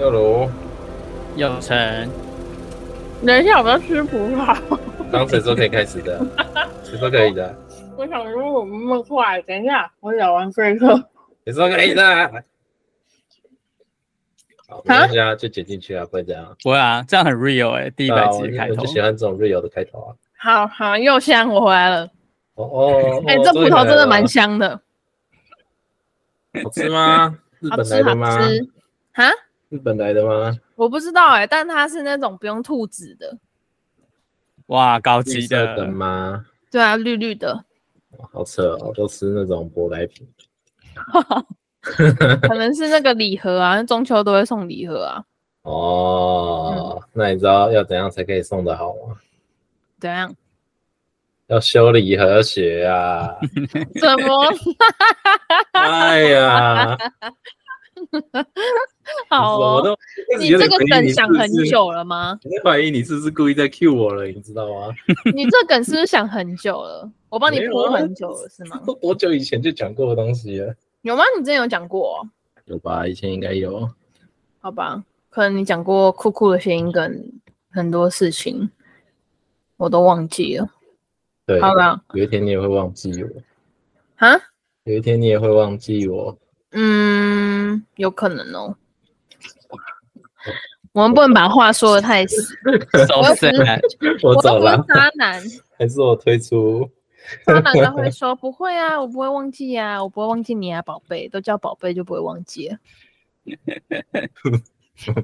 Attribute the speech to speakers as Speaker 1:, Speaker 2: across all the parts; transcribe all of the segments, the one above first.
Speaker 1: 耀如，
Speaker 2: 有成，
Speaker 3: 等一下，我们要吃葡萄。
Speaker 1: 当谁说可以开 始的？谁说可以的？
Speaker 3: 我想说我们那么快，等一下我咬完这个。
Speaker 1: 谁说可以的？好，没关系啊，就剪进去啊，不会这样。
Speaker 2: 不会啊，这样很 real 哎、第一
Speaker 1: 对
Speaker 2: 百
Speaker 1: 啊
Speaker 2: 集
Speaker 1: 我
Speaker 2: 开
Speaker 1: 我
Speaker 2: 头
Speaker 1: 就，喜欢这种 real 的开头啊。
Speaker 3: 好好，又香，我回来了。
Speaker 1: 哦哦，
Speaker 3: 哎、
Speaker 1: 哦
Speaker 3: 这葡萄真的蛮
Speaker 1: 终
Speaker 3: 香的，
Speaker 1: 于来了好吃吗？日
Speaker 3: 好
Speaker 1: 本
Speaker 3: 吃
Speaker 1: 来
Speaker 3: 好
Speaker 1: 的吗？
Speaker 3: 吃。哈，
Speaker 1: 日本来的吗？
Speaker 3: 我不知道哎、但它是那种不用吐籽的，
Speaker 2: 哇，高
Speaker 1: 绿
Speaker 2: 级
Speaker 1: 色的
Speaker 2: 的，
Speaker 1: 吗？
Speaker 3: 对啊，绿 绿的，
Speaker 1: 好扯哦，我都吃那种舶来品。
Speaker 3: 可能是那个礼盒啊，中秋都会送礼盒啊。
Speaker 1: 哦，
Speaker 3: 嗯
Speaker 1: 那你知道要怎样才可以送的好吗？
Speaker 3: 怎样？
Speaker 1: 要修理和谐啊！
Speaker 3: 怎么
Speaker 1: 哎呀， 你
Speaker 3: 好
Speaker 1: 怎么
Speaker 3: 哦？
Speaker 1: 都一直
Speaker 3: 你
Speaker 1: 有
Speaker 3: 这
Speaker 1: 点怀
Speaker 3: 个
Speaker 1: 疑
Speaker 3: 梗
Speaker 1: 你是
Speaker 3: 想
Speaker 1: 不
Speaker 3: 很
Speaker 1: 是，
Speaker 3: 久了吗？
Speaker 1: 我在怀哎疑你是不是故意在 cue 我了，你知道吗？
Speaker 3: 你这梗是不是想很久了？我帮你
Speaker 1: 没有
Speaker 3: 铺
Speaker 1: 啊
Speaker 3: 很久了是 吗？
Speaker 1: 都 多久以前就讲过的东西了？
Speaker 3: 有吗？你之前有讲过哦、
Speaker 1: 有吧？以前应该有。
Speaker 3: 好吧，可能你讲过酷酷的谐音梗，很多事情我都忘记了。
Speaker 1: 对，
Speaker 3: 好吧，
Speaker 1: 有一天你也会忘记我，
Speaker 3: 啊，
Speaker 1: 有一天你也会忘记 我。
Speaker 3: 嗯，有可能哦。我们不能把话说的太死，
Speaker 2: so
Speaker 3: 我
Speaker 2: sad，
Speaker 1: 我
Speaker 3: 我
Speaker 1: 走
Speaker 3: 又不是
Speaker 1: 了，
Speaker 3: 渣男，
Speaker 1: 还是我退出？
Speaker 3: 渣男都会说不会啊，我不会忘记啊，我不会忘记你啊，宝贝，都叫宝贝就不会忘记了。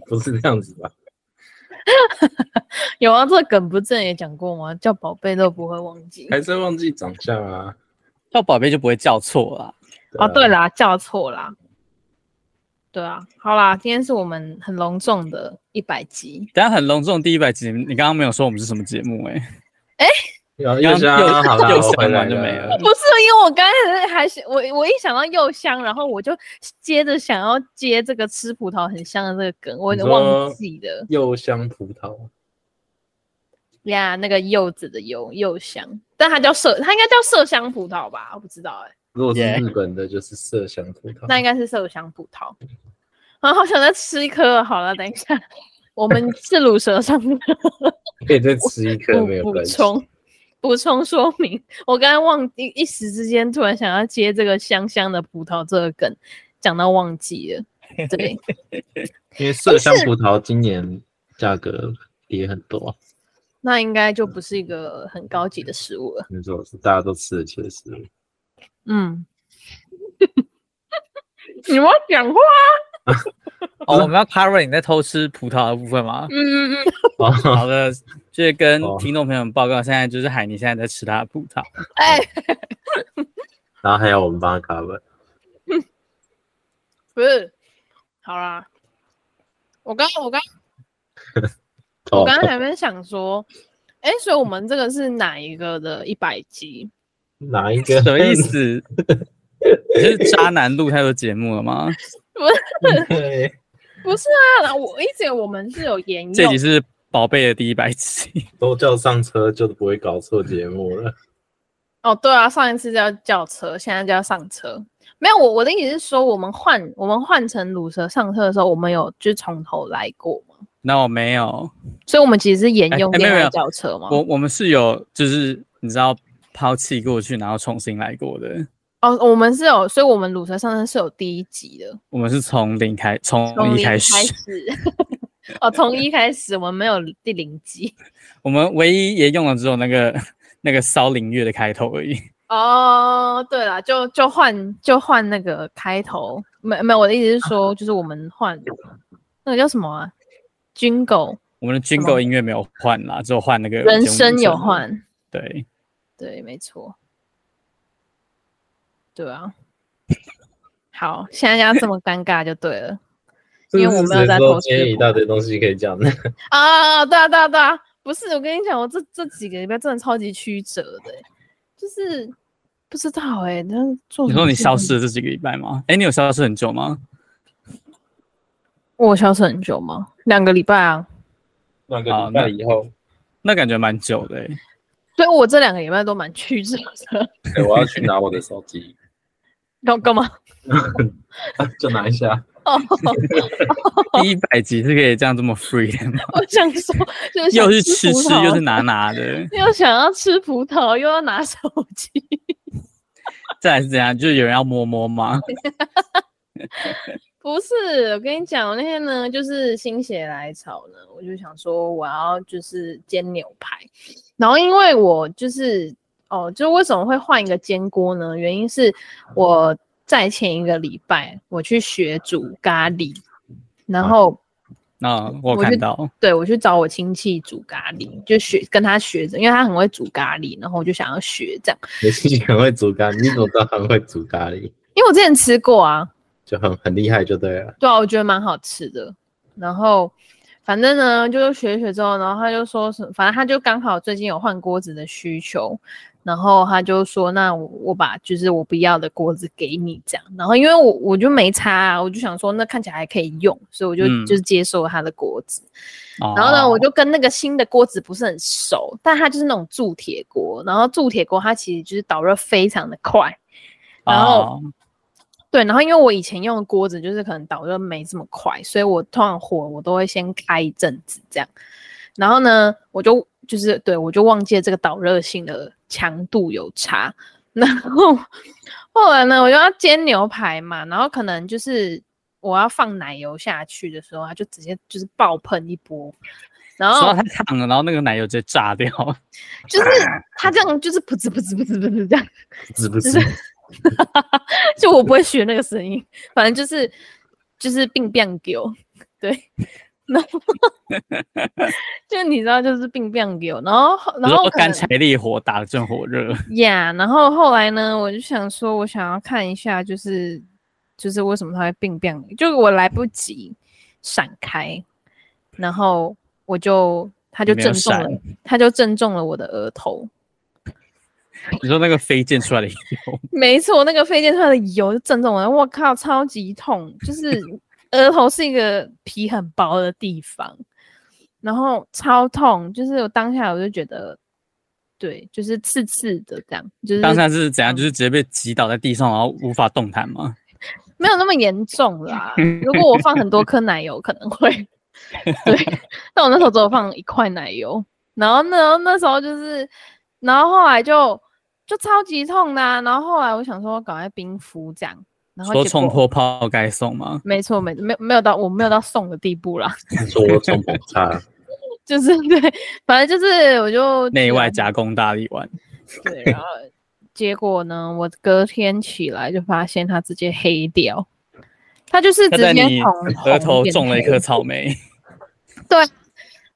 Speaker 1: 不是这样子吧？
Speaker 3: 有啊，这个梗不是之前也讲过吗？叫宝贝都不会忘记。
Speaker 1: 还是忘记长相啊？
Speaker 2: 叫宝贝就不会叫错啦。
Speaker 3: 哦，
Speaker 1: 啊
Speaker 3: 对啦，叫错啦。对啊，好啦，今天是我们很隆重的一百集，
Speaker 2: 等一下很隆重，第一百集，你刚刚没有说我们是什么节目哎、
Speaker 1: 有
Speaker 2: 刚
Speaker 1: 又香啊，好啦，
Speaker 2: 又
Speaker 1: 我回
Speaker 2: 香
Speaker 1: 来
Speaker 2: 完就没了
Speaker 3: 不是因为我刚才还是我我一想到柚香，然后我就接着想要接这个吃葡萄很香的这个梗，我有
Speaker 1: 你
Speaker 3: 点忘
Speaker 1: 说
Speaker 3: 记了
Speaker 1: 柚香葡萄，
Speaker 3: 呀，那个柚子的柚柚香，但它叫麝，它应该叫麝香葡萄吧？我不知道哎、
Speaker 1: 如果是
Speaker 2: Yeah
Speaker 1: 日本的，就是麝香葡萄。
Speaker 3: 那应该是麝香葡萄。啊，好想再吃一颗哦，好了，等一下，我们是卤蛇上的。
Speaker 1: 可以再吃一颗，没有
Speaker 3: 补
Speaker 1: 关系。
Speaker 3: 充补充说明，我刚刚忘一一时之间突然想要接这个香香的葡萄这个梗，讲到忘记了。 对，
Speaker 1: 因为麝香葡萄今年价格跌很多，
Speaker 3: 那应该就不是一个很高级的食物了。
Speaker 1: 没错，是大家都吃得起的食物。
Speaker 3: 嗯， 你们讲话，
Speaker 2: 哦，我们要 cover 你在偷吃葡萄的部分吗？
Speaker 3: 嗯嗯嗯，
Speaker 1: 哦，
Speaker 2: 好的，就是跟
Speaker 1: 哦
Speaker 2: 听众朋友们报告，现在就是海尼现在在吃他的葡萄。
Speaker 3: 哎，
Speaker 1: 然后还有我们帮他 cover，
Speaker 3: 不是，好啦，我刚我刚我
Speaker 1: 哦，
Speaker 3: 刚刚还没想说，哎、所以我们这个是哪一个的一百集？
Speaker 1: 哪一个
Speaker 2: 什？么意思？ 你是渣男录太多节目了吗？
Speaker 1: 对，
Speaker 3: 不是啊，我一直以为我们是有沿
Speaker 2: 这
Speaker 3: 用
Speaker 2: 集是宝贝的第一百集，
Speaker 1: 都叫上车就不会搞错节目了。
Speaker 3: 哦，对啊，上一次叫叫车，现在叫上车。没有，我我的意思是说，我们换我们换成卤蛇上车的时候，我们有就是从头来过嘛，
Speaker 2: 那我没有，
Speaker 3: 所以我们其实是沿
Speaker 2: 哎
Speaker 3: 用
Speaker 2: 哎没有
Speaker 3: 恋
Speaker 2: 没
Speaker 3: 爱
Speaker 2: 有
Speaker 3: 轿车嘛。
Speaker 2: 我我们是有，就是你知道抛弃过去，然后重新来过的。
Speaker 3: 哦，我们是有，所以我们卤蛇上车是有第一集的，
Speaker 2: 我们是从零开，从
Speaker 3: 从
Speaker 2: 一
Speaker 3: 零开
Speaker 2: 开始。
Speaker 3: 始。哦，从一开始我们没有第零集。
Speaker 2: 我们唯一也用了只有那个那个骚灵月的开头而已。
Speaker 3: 哦，对了，就就换就换那个开头，没没有，我的意思是说，就是我们换那个叫什么啊？军狗
Speaker 2: 我们的军
Speaker 3: 么
Speaker 2: 购音乐没有换啦，只有换那个
Speaker 3: 人
Speaker 2: 节目
Speaker 3: 生
Speaker 2: 名
Speaker 3: 有
Speaker 2: 称而已。
Speaker 3: 换。
Speaker 2: 对，
Speaker 3: 对，没错。对啊，好，现在要这么尴尬就对了因为我没有在投
Speaker 1: 说
Speaker 3: 资
Speaker 1: 今天一大堆东西可以讲的，
Speaker 3: 啊！对啊，对啊，对啊，不是，我跟你讲，我这这几个礼拜真的超级曲折的欸、就是不知道哎、那做
Speaker 2: 你
Speaker 3: 什么
Speaker 2: 说你
Speaker 3: 事
Speaker 2: 消
Speaker 3: 情，
Speaker 2: 失了这几个礼拜吗？哎，你有消失很久吗？
Speaker 3: 我消失很久吗？两个礼拜啊，
Speaker 1: 那个
Speaker 2: 好
Speaker 1: 礼拜以后，
Speaker 2: 那感觉蛮久的、欸。
Speaker 3: 所以我这两个礼拜都蛮曲折的。
Speaker 1: 哎我要去拿我的手机，
Speaker 3: 要干嘛？
Speaker 1: 就拿一下。
Speaker 3: 哦，
Speaker 2: 第一百集是可以这样这么 free 的吗？
Speaker 3: 我想说，就是想
Speaker 2: 又是吃
Speaker 3: 葡
Speaker 2: 吃
Speaker 3: 萄
Speaker 2: 又是拿拿的，
Speaker 3: 又想要吃葡萄，又要拿手机，
Speaker 2: 再来是怎样？就是有人要摸摸吗？
Speaker 3: 不是，我跟你讲，我那天呢就是心血来潮呢，我就想说我要就是煎牛排，然后因为我就是哦，就为什么会换一个煎锅呢？原因是我在前一个礼拜我去学煮咖喱，然
Speaker 1: 啊
Speaker 3: 后、
Speaker 2: 那、我有
Speaker 3: 我就
Speaker 2: 看到，
Speaker 3: 对我去找我亲戚煮咖喱，就学跟他学着，因为他很会煮咖喱，然后我就想要学这样，
Speaker 1: 你是很会煮咖喱，你怎么知道他们会煮咖喱？
Speaker 3: 因为我之前吃过啊，
Speaker 1: 就很很厉害就对了。
Speaker 3: 对啊，我觉得蛮好吃的。然后反正呢，就是学一学之后，然后他就说什反正他就刚好最近有换锅子的需求，然后他就说，那我我把就是我不要的锅子给你这样。然后因为我我就没差、啊，我就想说那看起来还可以用，所以我就、
Speaker 2: 嗯
Speaker 3: 就是接受了他的锅子。
Speaker 2: 然
Speaker 3: 然后呢，我就跟那个新的锅子不是很熟，但它就是那种铸铁锅，然后铸铁锅它其实就是导热非常的快，然后对，然后因为我以前用的锅子就是可能导热没这么快，所以我通常火我都会先开一阵子这样，然后呢，我就就是对我就忘记了这个导热性的强度有差，然后后来呢，我就要煎牛排嘛，然后可能就是我要放奶油下去的时候，它就直接就是爆喷一波。然后
Speaker 2: 说到太烫了，然后那个奶油直接炸 掉，
Speaker 3: 就是它这样，就是噗呲噗呲噗呲噗呲这样，
Speaker 1: 是 不？
Speaker 3: 就是就我不会学那个声音，反正就是就是病变狗，对，然后 就你知道就是病变狗，然后后然
Speaker 2: 我
Speaker 3: 后
Speaker 2: 说哦
Speaker 3: 可能
Speaker 2: 干柴烈火打得正火 热，
Speaker 3: 呀然后后来呢，我就想说，我想要看一下，就是就是为什么它会病变，就我来不及闪开，然后我就它就
Speaker 2: 你没有
Speaker 3: 正中了
Speaker 2: 闪，
Speaker 3: 它就正中了我的额头，
Speaker 2: 你说那个飞溅出来的
Speaker 3: 嗯
Speaker 2: 油，
Speaker 3: 没错，那个飞溅出来的油就正中我的，我靠，超级痛！就是 额头是一个皮很薄的地方，然后超痛，就是我当下我就觉得，对，就是刺刺的这样，就是
Speaker 2: 当下是怎样？
Speaker 3: 嗯
Speaker 2: 就是直接被挤倒在地上，然后无法动弹吗？
Speaker 3: 没有那么严重啦。 如果我放很多颗奶油，可能会 对，但我那时候只有放一块奶油，然后呢，那时候就是，然后后来就就超级痛的啊、然后后来我想说赶快冰敷这样，然后
Speaker 2: 说
Speaker 3: 结
Speaker 2: 冲
Speaker 3: 果
Speaker 2: 破泡盖送吗？
Speaker 3: 没错，没没有没有到我没有到送的地步啦，
Speaker 1: 说冲捧差，
Speaker 3: 就是对，反正就是我就
Speaker 2: 内外
Speaker 3: 夹
Speaker 2: 夹攻大力丸，
Speaker 3: 对，然后结果呢，我隔天起来就发现它直接黑掉，它就是
Speaker 2: 他
Speaker 3: 直
Speaker 2: 在
Speaker 3: 接
Speaker 2: 你
Speaker 3: 从
Speaker 2: 额
Speaker 3: 红
Speaker 2: 头
Speaker 3: 变
Speaker 2: 种了一
Speaker 3: 黑
Speaker 2: 颗草莓，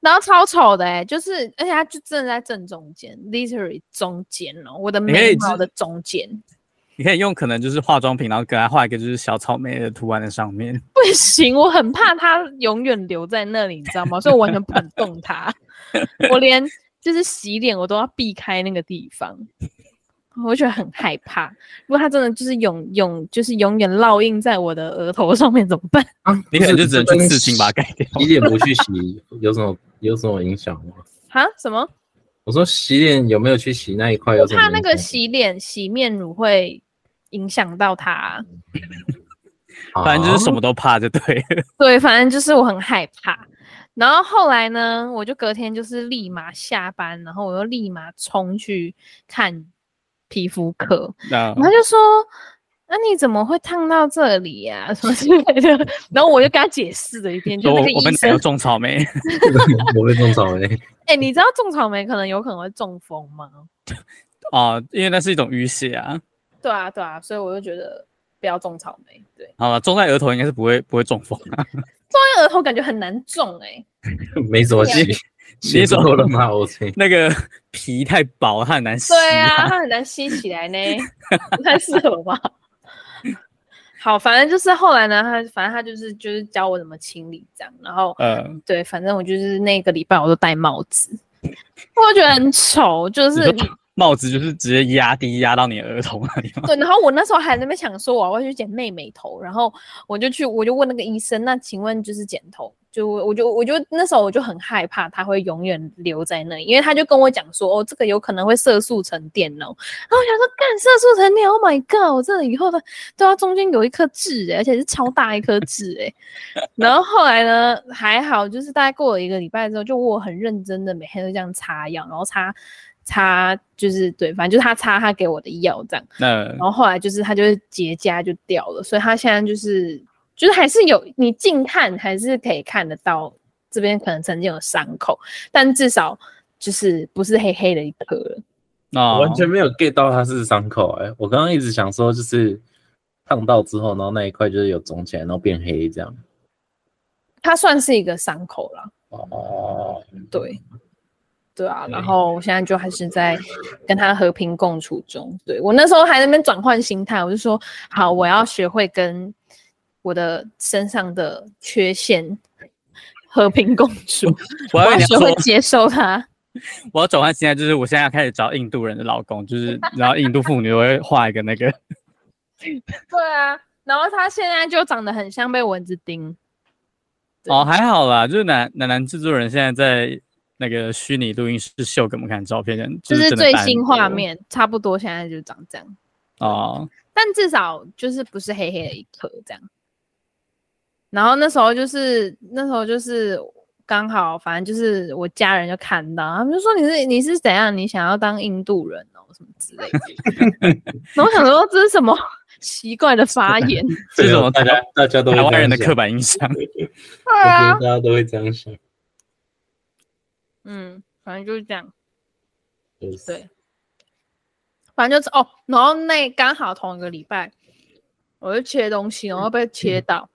Speaker 3: 然后超丑的哎、就是而且它就真的在正中间，literally 中间哦，我的
Speaker 2: 你可以
Speaker 3: 眉毛
Speaker 2: 自
Speaker 3: 的中间，
Speaker 2: 你可以用可能就是化妆品，然后给它画一个就是小草莓的图案在上 面。
Speaker 3: 不行，我很怕它永远留在那里，你知道吗？所以我完全不敢动它，我连就是洗脸我都要避开那个地方，我觉得很害怕。如果它真的就是永永就是永远烙印在我的额头上面怎么办？
Speaker 2: 你可能
Speaker 1: 不
Speaker 2: 就是只能
Speaker 1: 这
Speaker 2: 去
Speaker 1: 跟
Speaker 2: 刺青把它盖掉。
Speaker 1: 洗脸不去洗有什么有什么影响吗？
Speaker 3: 哈？什么？
Speaker 1: 我说洗脸有没有去洗那一块有
Speaker 3: 我
Speaker 1: 什么？
Speaker 3: 怕那个，洗脸洗面乳会影响到它、
Speaker 1: 啊
Speaker 2: 反正就是什
Speaker 1: 么？
Speaker 2: 么都怕就对了。
Speaker 3: 对，反正就是我很害怕。然后后来呢，我就隔天就是立马下班，然后我又立马冲去看皮肤科，
Speaker 2: 那
Speaker 3: 然后他就说：“那、你怎么会烫到这里呀、 什么之类的。”然后我就跟他解释了一遍，就
Speaker 2: 说
Speaker 3: 那
Speaker 2: 我
Speaker 3: 个
Speaker 2: 我
Speaker 3: 医
Speaker 2: 们奶
Speaker 3: 生
Speaker 2: 油，种草 莓，
Speaker 1: 我被种草嘞，
Speaker 3: 哎、你知道种草莓可能有可能会中风吗？
Speaker 2: 哦，因为那是一种淤血啊。
Speaker 3: 对啊，对啊，所以我就觉得不要种草莓。对，
Speaker 2: 好了，种在额头应该是不会不会中风啊。
Speaker 3: 因为额头感觉很难种哎、
Speaker 1: 没什么
Speaker 3: 对
Speaker 1: 洗
Speaker 3: 啊，
Speaker 1: 洗多了吗？我 去，
Speaker 2: 那个皮太薄，它很难吸
Speaker 3: 对啊，它很难吸起来呢，不太适合吧。 好，反正就是后来呢，他反正他就是就是教我怎么清理这样，然后
Speaker 2: 呃，
Speaker 3: 对，反正我就是那个礼拜我都戴帽子， 我觉得很丑，就是
Speaker 2: 你说帽子就是直接压低压到你额头那 里吗？
Speaker 3: 对，然后我那时候还在那边想说我要不要去剪妹妹头，然后我就去我就问那个医生，那请问就是剪头，就我就我就那时候我就很害怕它会永远留在那里，因为他就跟我讲说，哦，这个有可能会色素沉淀哦。然后我想说，干色素沉淀，Oh my god！我这以后的对啊，中间有一颗痣、欸，而且是超大一颗痣哎、然后后来呢，还好，就是大概过了一个礼拜之后，就我很认真的每天都这样擦药，然后擦擦就是对，反正就是他擦他给我的药这样。
Speaker 2: 那
Speaker 3: 然后后来就是它就是结痂就掉了，所以它现在就是就是还是有你近看还是可以看得到这边可能曾经有伤口，但至少就是不是黑黑的一颗了。
Speaker 2: 那
Speaker 1: 我完全没有 get 到它是伤口哎、我刚刚一直想说就是烫到之后，然后那一块就是有肿起来，然后变黑这样。
Speaker 3: 它算是一个伤口啦，
Speaker 1: 哦，
Speaker 3: 对，对啊，然
Speaker 1: 对
Speaker 3: 后我现在就还是在跟他和平共处中。对我那时候还在那边转换心态，我就说好，我要学会跟我的身上的缺陷和平共处，
Speaker 2: 我
Speaker 3: 我
Speaker 2: 要
Speaker 3: 要
Speaker 2: 哎跟你
Speaker 3: 学
Speaker 2: 说
Speaker 3: 会，接受它。
Speaker 2: 我要转换心态，就是我现在要开始找印度人的老公，就是然后印度妇女我会画一个那个，
Speaker 3: 对啊，然后他现在就长得很像被蚊子叮。对
Speaker 2: 哦还好啦，就是男男男制作人现在在那个虚拟录音室秀给我们看照片，就
Speaker 3: 就
Speaker 2: 是真
Speaker 3: 是
Speaker 2: 的
Speaker 3: 最
Speaker 2: 淡
Speaker 3: 新
Speaker 2: 很
Speaker 3: 画
Speaker 2: 多
Speaker 3: 面，差不多现在就长这样，
Speaker 2: 哦，
Speaker 3: 但至少就是不是黑黑的一颗这样。然后那时候就是那时候就是刚好，反正就是我家人就看到，他们就说你是你是怎样，你想要当印度人哦什么之类的。 然后我想说这是什么 奇怪的发言？
Speaker 2: 这
Speaker 1: 对
Speaker 2: 种
Speaker 1: 哦大家大家都会
Speaker 2: 台湾
Speaker 1: 这样
Speaker 2: 人的
Speaker 1: 想
Speaker 2: 刻板印象。
Speaker 3: 对
Speaker 1: 我觉
Speaker 2: 嗯
Speaker 3: 啊
Speaker 1: 得大，家都会这样想。
Speaker 3: 嗯，反正就是这样。
Speaker 1: 就是
Speaker 3: 对反正就是哦，然后那刚好同一个礼拜，我就切东西，然后被切到，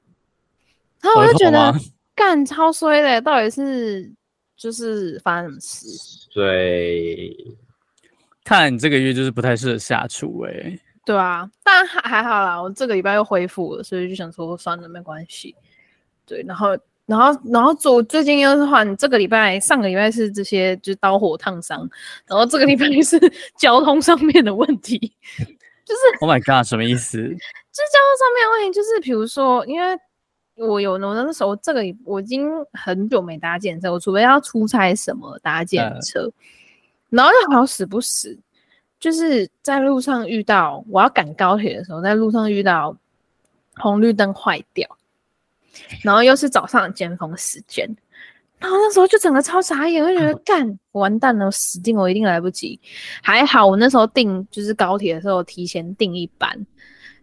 Speaker 3: 然后我
Speaker 2: 额
Speaker 3: 就觉
Speaker 2: 头吗
Speaker 3: 得干超衰的，到底是就是发生什么事？
Speaker 1: 对，
Speaker 2: 看来你这个月就是不太适合下厨哎、
Speaker 3: 对啊，但还还好啦，我这个礼拜又恢复了，所以就想说算了，没关系。对，然后然后然后我最近又是换这个礼拜，上个礼拜是这些就是刀火烫伤，然后这个礼拜是 交通上面的问题，就是
Speaker 2: Oh my god，什么意思？
Speaker 3: 这交通上面的问题就是，比如说，因为我有我那时候这个也我已经很久没搭建车，我除非要出差什么搭建
Speaker 2: 嗯
Speaker 3: 车，然后又好死不死，就是在路上遇到我要赶高铁的时候，在路上遇到红绿灯坏掉，然后又是早上的尖峰时间。然后那时候就整个超傻眼，我就觉
Speaker 2: 嗯
Speaker 3: 得干我完蛋了，我死定了，我一定来不及。还好我那时候订就是高铁的时候提前订一班，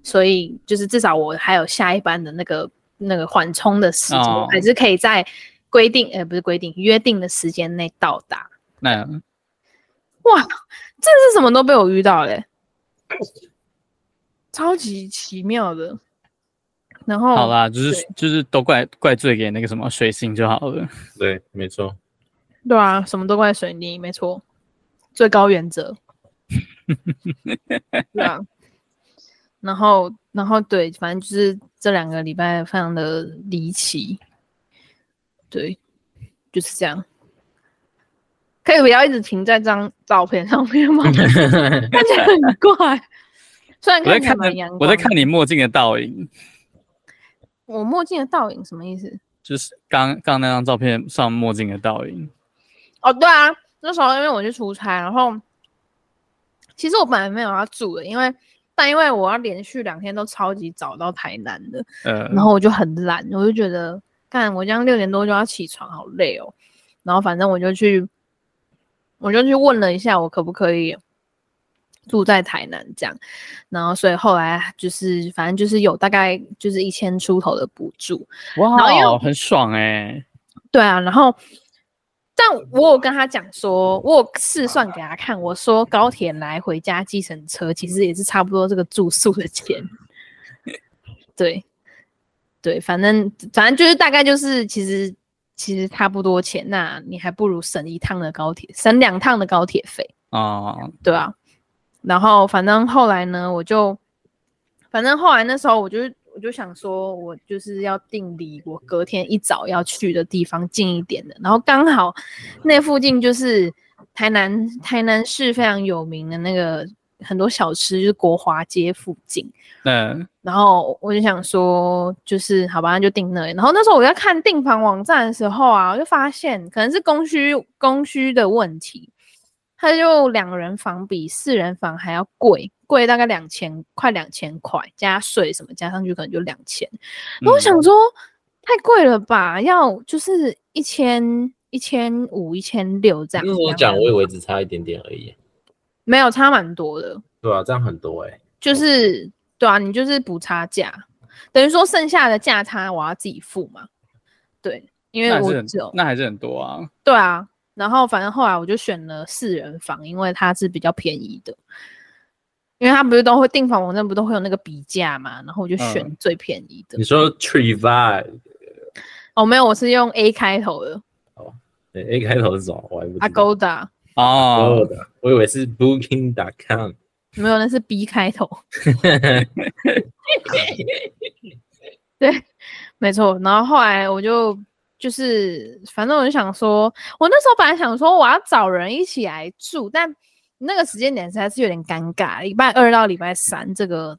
Speaker 3: 所以就是至少我还有下一班的那个那个缓冲的时间，我
Speaker 2: 哦
Speaker 3: 还是可以在规定呃不是规定约定的时间内到达。
Speaker 2: 那
Speaker 3: 哇，这是什么都被我遇到嘞、欸超级奇妙的。然后
Speaker 2: 好啦，就是
Speaker 3: 哦对
Speaker 2: 就是都怪怪罪给那个什么水星就好了。
Speaker 1: 对，没错。
Speaker 3: 对啊，什么都怪水泥，没错，最高原则。对啊，然后然后对，反正就是这两个礼拜非常的离奇，对，就是这样。可以不要一直停在这张照片上面吗？ 看起来很 怪，虽然
Speaker 2: 我在
Speaker 3: 看起来
Speaker 2: 看
Speaker 3: 很阳光。
Speaker 2: 我在看你墨镜的倒影，
Speaker 3: 我墨镜的倒影什么意思？
Speaker 2: 就是刚刚那张照片上墨镜的倒影。
Speaker 3: 哦，对啊，那时候因为我去出差，然后其实我本来没有要住的，因为但因为我要连续两天都超级早到台南的，
Speaker 2: 呃，
Speaker 3: 然后我就很懒，我就觉得干我这样六点多就要起床，好累哦。然后反正我就去，我就去问了一下，我可不可以住在台南这样。然后所以后来就是反正就是有大概就是一千出头的补助，后
Speaker 2: 哇
Speaker 3: 因为
Speaker 2: 哦，很爽哎、
Speaker 3: 对啊，然后，但我有跟他讲说，我有试算给他看，我说高铁来回加计程车，其实也是差不多这个住宿的钱。 对，对，反正反正就是大概就是，其实其实差不多钱，那你还不如省一趟的高铁，省两趟的高铁费。
Speaker 2: 哦，
Speaker 3: 对啊，然后反正后来呢，我就，反正后来那时候我就我就想说，我就是要定离我隔天一早要去的地方近一点的，然后刚好那附近就是台南台南市非常有名的那个很多小吃就是国华街附近，
Speaker 2: 嗯，
Speaker 3: 然后我就想说，就是好吧，那就订那里。然后那时候我在看订房网站的时候啊，我就发现可能是供需供需的问题，它就两人房比四人房还要贵，贵大概两千快两千块，加税什么加上去可能就两千。那我
Speaker 2: 嗯
Speaker 3: 想说，太贵了吧？要就是一千一千五、一千六这样。
Speaker 4: 那时候
Speaker 3: 两
Speaker 4: 讲，
Speaker 3: 人
Speaker 4: 我以为只差一点点而已。
Speaker 3: 没有差蛮多的，
Speaker 1: 对啊，这样很多哎、
Speaker 3: 就是对啊，你就是补差价，等于说剩下的价差我要自己付嘛。对，因
Speaker 2: 那
Speaker 3: 为
Speaker 2: 还是
Speaker 3: 我
Speaker 2: 很
Speaker 3: 只有
Speaker 2: 那还是很多啊。
Speaker 3: 对啊，然后反正后来我就选了四人房，因为它是比较便宜的。因为它不是都会订房网站不都会有那个比价嘛，然后我就选
Speaker 2: 嗯
Speaker 3: 最便宜的
Speaker 1: 你。说 Tree Vibe
Speaker 3: 哦，没有，我是用 A 开头的
Speaker 1: 欸 A 开头是什么？我还
Speaker 3: 啊
Speaker 1: 不知道。
Speaker 3: Agoda，
Speaker 2: 哦，
Speaker 1: 的，我以为是 Booking.com。
Speaker 3: 没有，那是 B 开头。没错，然后后来我就就是，反正我就想说，我那时候本来想说我要找人一起来住，但那个时间点实在是有点尴尬，礼拜二到礼拜三这个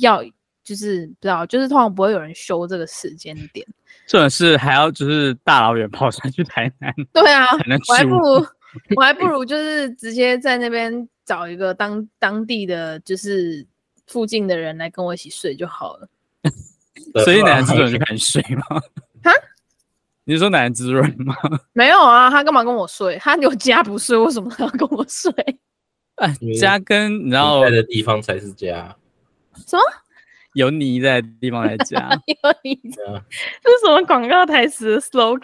Speaker 3: 要就是不知道，就是通常不会有人休这个时间点。
Speaker 2: 这种事还要就是大老远跑下去台南
Speaker 3: 对啊，
Speaker 2: 才能
Speaker 3: 我还
Speaker 2: 去
Speaker 3: 不。如我还不如就是直接在那边找一个当当地的就是附近的人来跟我一起睡就好了。
Speaker 2: 所以
Speaker 1: 呢
Speaker 2: 奶奶，滋润就敢睡吗？
Speaker 3: 哈？
Speaker 2: 你是说奶奶滋润吗？
Speaker 3: 没有啊，他干嘛跟我睡？他 有家不睡，为什么他要跟我睡？
Speaker 2: 哎
Speaker 1: 因为，
Speaker 2: 家跟你知
Speaker 1: 然
Speaker 2: 道
Speaker 1: 后在的地方才是家。
Speaker 2: 有泥在的地方才家，
Speaker 3: 有你
Speaker 1: 对啊
Speaker 3: 这是什么广告台词的 slogan？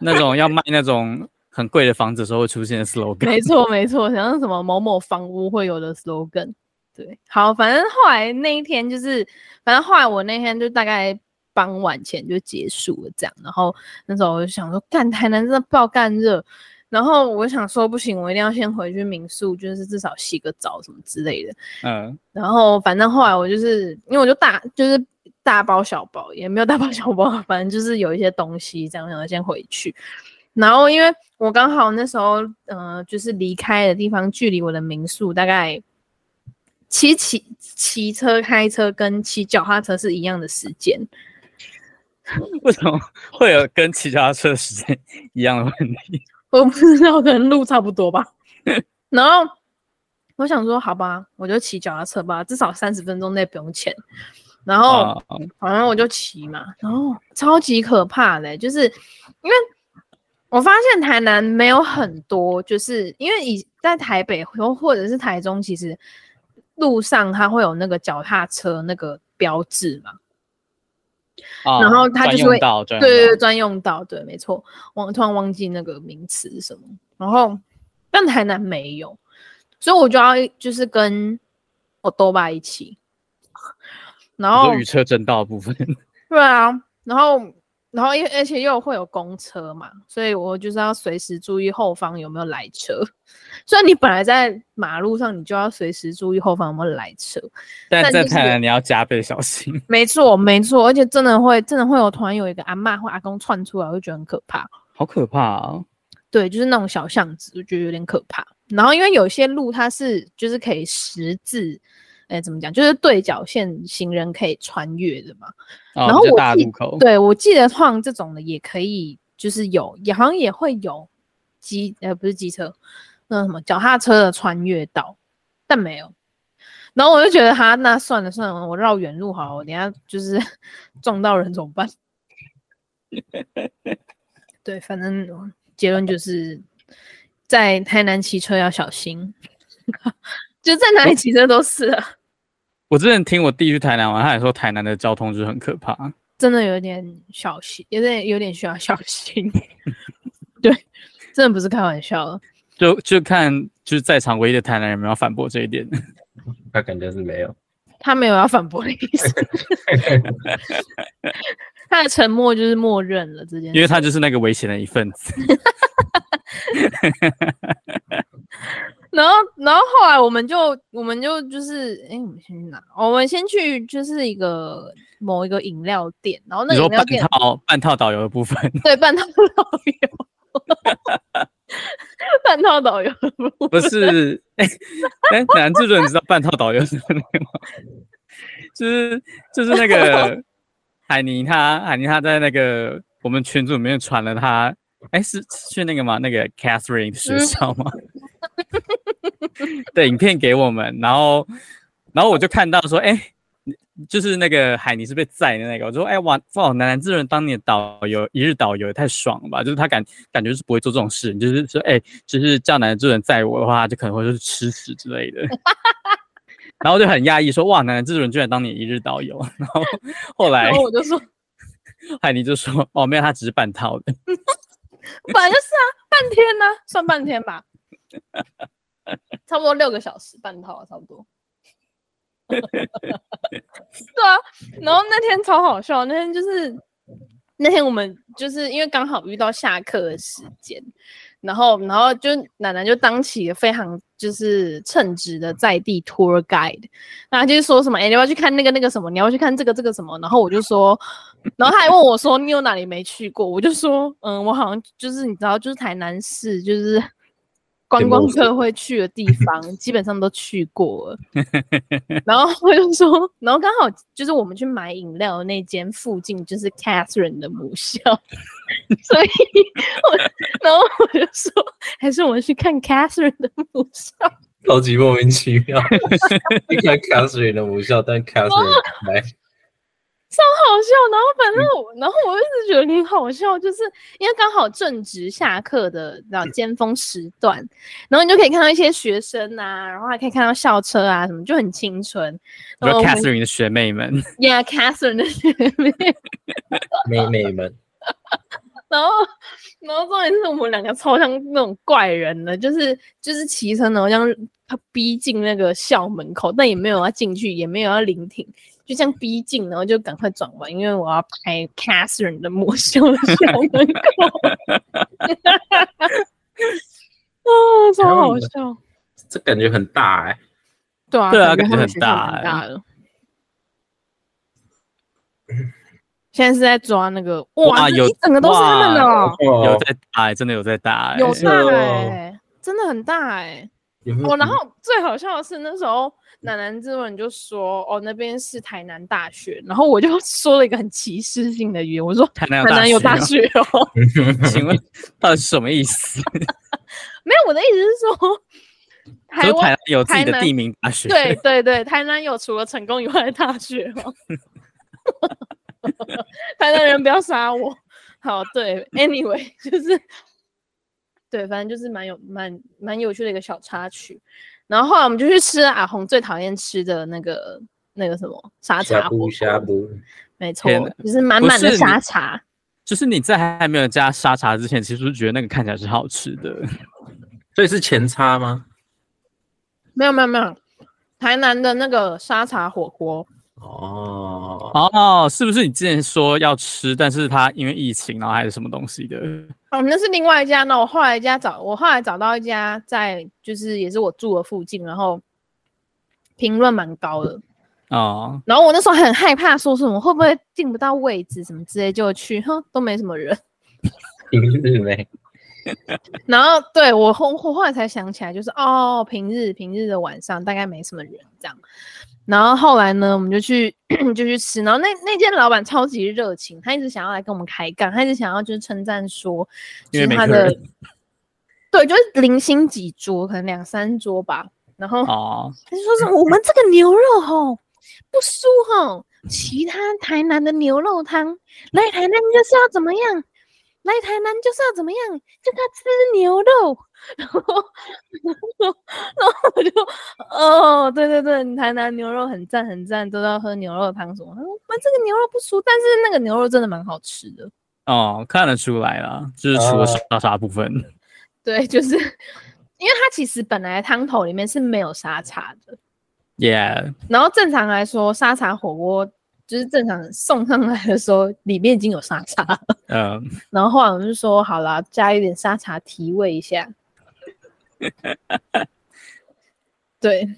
Speaker 2: 那种要卖那种很贵的房子的时候会出现的 slogan。
Speaker 3: 没错，没错，像是什么某某房屋会有的 slogan。对，好，反正后来那一天就是，反正后来我那天就大概傍晚前就结束了这样。然后那时候我就想说，干台南真的爆干热，然后我想说不行，我一定要先回去民宿，就是至少洗个澡什么之类的。
Speaker 2: 嗯，
Speaker 3: 然后反正后来我就是因为我就大就是大包小包，也没有大包小包，反正就是有一些东西这样，然后先回去。然后因为我刚好那时候，呃，就是离开的地方距离我的民宿大概骑骑骑车、开车跟骑脚踏车是一样的时间，
Speaker 2: 为什么会有跟骑脚踏车的时间一样的问题？
Speaker 3: 我不知道，可能路差不多吧。然后我想说，好吧，我就骑脚踏车吧，至少三十分钟内不用钱。然后、
Speaker 2: 哦，
Speaker 3: 反正我就骑嘛，然后超级可怕的欸、就是因为我发现台南没有很多，就是因为以在台北或或者是台中，其实路上它会有那个脚踏车那个标志嘛，
Speaker 2: 哦
Speaker 3: 然后它
Speaker 2: 专
Speaker 3: 就是
Speaker 2: 用
Speaker 3: 会
Speaker 2: 道专
Speaker 3: 对
Speaker 2: 用
Speaker 3: 对
Speaker 2: 道
Speaker 3: 对，专用道，对，没错，忘突然忘记那个名词是什么，然后但台南没有，所以我就要就是跟我多爸一起，然
Speaker 2: 你
Speaker 3: 后
Speaker 2: 说雨车正道的部分，
Speaker 3: 对啊，然后然后因为而且又会有公车嘛，所以我就是要随时注意后方有没有来车。 所以你本来在马路上，你就要随时注意后方有没有来车。
Speaker 2: 但
Speaker 3: 但
Speaker 2: 在
Speaker 3: 就是
Speaker 2: 台南你要加倍小心。
Speaker 3: 没错，没错，而且真的会真的会有突然有一个阿嬷或阿公窜出来，我就觉得很可怕。
Speaker 2: 好可怕啊！
Speaker 3: 对，就是那种小巷子，我觉得有点可怕。然后因为有些路它是就是可以十字，哎，怎么讲，就是对角线行人可以穿越的嘛。
Speaker 2: 然
Speaker 3: 然后
Speaker 2: 啊比较
Speaker 3: 我
Speaker 2: 大的
Speaker 3: 记
Speaker 2: 路口，
Speaker 3: 对，我记得创这种的也可以，就是有，也好像也会有机，呃，不是机车，那什么脚踏车的穿越道，但没有。然后我就觉得哈，那算了算了，我绕远路好了，我等一下就是 撞到人怎么办？ 对，反正结论就是在台南骑车要小心， 就在哪里骑车都是啊
Speaker 2: 我之前听我弟去台南玩，他也说台南的交通就是很可怕。
Speaker 3: 真的有点小心，有点有点需要小心。 对，真的不是开玩笑的。
Speaker 2: 就就看就是在场唯一的台南人有没有反驳这一点。
Speaker 3: 嗯
Speaker 1: 他感觉是没有。
Speaker 3: 他没有要反驳的意 思，他的沉默就是默认了这件
Speaker 2: 因为
Speaker 3: 事。
Speaker 2: 他就是那个危险的一份子。
Speaker 3: 然后，然后后来我们就我们就就是，哎、我们先去哪？我们先去就是一个某一个饮料店，然后那
Speaker 2: 你
Speaker 3: 个
Speaker 2: 说
Speaker 3: 饮料
Speaker 2: 半
Speaker 3: 店
Speaker 2: 套半套导游的部分，
Speaker 3: 对半套老友， 半套导游的部分
Speaker 2: 不是，哎、哎，男制作人知道半套导游是什么吗？就是就是那个海尼他海尼他在那个我们群组里面传了他，哎、是是去那个吗？那个 Catherine 的学
Speaker 3: 嗯
Speaker 2: 校吗？ 的影片给我们，然后然后我就看到说，哎、你就是那个海尼是被载的那个，我说，哎、哇哇，男男制作人当你的导游，一日导游也太爽了吧！就是他感感觉是不会做这种事，你就是说，哎、就是叫男制作人载我的话，他就可能会是吃屎之类的。 然后就很压抑，说哇，男男制作人居然当你一日导游。 然后后来
Speaker 3: 然后我就说，
Speaker 2: 海尼就说哦，没有，他只是半套
Speaker 3: 哦
Speaker 2: 的。
Speaker 3: 本来就是啊，半天呢、算半天吧，差不多六个小时，半套啊，差不多。对啊，然后那天超好笑，那天就是那天我们就是因为刚好遇到下课的时间，然后然后就奶奶就当起了非常就是称职的在地 tour guide，那他就是说什么哎、你要不要去看那个那个什么，你要不要去看这个这个什么，然后我就说，然后他还问我说你有哪里没去过，我就说嗯我好像就是你知道就是台南市就是。观
Speaker 4: 天
Speaker 3: 光
Speaker 4: 幕
Speaker 3: 客会去的地方，基本上都去过了。 然后我就说，然后刚好就是我们去买饮料的那间附近就是 Catherine 的母校，所以我，然后我就说，还是我们去看 Catherine 的母校。
Speaker 4: 超级莫名其妙。你看 Catherine 的母校，但 Catherine 来，
Speaker 3: 好笑，然后反正我，然后我一直觉得很好笑，就是因为刚好正值下课的然后尖峰时段，然后你就可以看到一些学生啊，然后还可以看到校车啊什么，就很青春。
Speaker 2: 然
Speaker 3: 然后
Speaker 2: 后
Speaker 3: 我们
Speaker 2: Catherine 的学妹们，
Speaker 3: Yeah Catherine 的学妹，
Speaker 4: 妹妹们，
Speaker 3: 然后然后重点是我们两个超像那种怪人的，就是就是骑车然后这样逼近那个校门口，但也没有要进去，也没有要聆听。就这样逼近，然后就赶快转弯，因为我要拍 Catherine 的魔修的校门口。 啊，超好笑！
Speaker 1: 这感觉很大
Speaker 4: 欸
Speaker 1: 哎、
Speaker 3: 对啊，
Speaker 2: 对啊
Speaker 3: 感
Speaker 2: 感觉
Speaker 3: 他们
Speaker 2: 很
Speaker 3: 学校
Speaker 2: 大
Speaker 3: 蛮
Speaker 2: 欸
Speaker 3: 大的。现在是在抓那个
Speaker 2: 哇
Speaker 3: 哇，这
Speaker 2: 有
Speaker 3: 一整个都是他们的哦，
Speaker 1: 哦
Speaker 2: 有在打、欸，真的有在打、欸，
Speaker 3: 有
Speaker 1: 是
Speaker 3: 大
Speaker 1: 哦
Speaker 3: 哎、真的很大哎、
Speaker 1: 有没有
Speaker 3: 哦，然后最好笑的是那时候南南之文就说哦那边是台南大学，然后我就说了一个很歧视性的语言，我说
Speaker 2: 台南
Speaker 3: 台
Speaker 2: 有大
Speaker 3: 南有
Speaker 2: 学
Speaker 3: 大
Speaker 2: 吗
Speaker 3: 学哦，
Speaker 2: 请问到底是什么意思？
Speaker 3: 没有我的意思是说台
Speaker 2: 就台
Speaker 3: 湾
Speaker 2: 南有自己
Speaker 3: 台
Speaker 2: 的
Speaker 3: 南
Speaker 2: 地名大学，
Speaker 3: 对对对，台南有除了成功以外的大学哦， 台南人不要杀我。好，对，anyway 就是。对，反正就是蛮有蛮蛮有趣的一个小插曲。然后后来我们就去吃了阿红最讨厌吃的那个那个什么沙
Speaker 4: 下
Speaker 3: 茶
Speaker 4: 布
Speaker 3: 火
Speaker 4: 下
Speaker 3: 锅，
Speaker 4: 布，
Speaker 3: 没错
Speaker 2: 天哪，
Speaker 3: 就是满
Speaker 2: 不
Speaker 3: 满的
Speaker 2: 是
Speaker 3: 沙
Speaker 2: 你
Speaker 3: 茶。
Speaker 2: 就是你在还没有加沙茶之前，其实就觉得那个看起来是好吃的，
Speaker 1: 所以是前叉吗？
Speaker 3: 没有没有没有，台南的那个沙茶火锅，
Speaker 4: 哦，
Speaker 2: 哦，是不是你之前说要吃，但是他因为疫情，然后还是什么东西的？
Speaker 3: 哦，那是另外一家。那我后来一家找，我后来找到一家在就是也是我住的附近，然后评论蛮高的。
Speaker 2: 哦，
Speaker 3: 然后我那时候很害怕，说什么会不会订不到位置什么之类，就去，哼，都没什么人。
Speaker 4: 平日妹，
Speaker 3: 然后对我后我后来才想起来，就是哦，平日平日的晚上大概没什么人这样。然后后来呢，我们就去 就去吃，然后那那间老板超级热情，他一直想要来跟我们开杠，他一直想要就是称赞说，
Speaker 2: 因
Speaker 3: 就
Speaker 2: 为
Speaker 3: 是
Speaker 2: 没
Speaker 3: 他
Speaker 2: 客
Speaker 3: 的
Speaker 2: 人
Speaker 3: 对，就是零星几桌，可能两三桌吧。然后
Speaker 2: 哦，
Speaker 3: 他就说是我们这个牛肉吼不输吼其他台南的牛肉汤，来台南就是要怎么样，来台南就是要怎么样，就是要吃牛肉。 然后，然后，然后我就，哦，对对对，台南牛肉很赞很赞，都要喝牛肉汤什么。他说我们这个牛肉不输，但是那个牛肉真的蛮好吃的。
Speaker 2: 哦，看得出来啦，就是除了沙茶部分，
Speaker 3: 对，就是 因为它其实本来汤头里面是没有沙茶的，
Speaker 2: 耶、yeah,，
Speaker 3: 然后正常来说，沙茶火锅就是正常送上来的时候，里面已经有沙茶了。
Speaker 2: 嗯、
Speaker 3: 然后后来我们就说，好啦，加一点沙茶提味一下。对，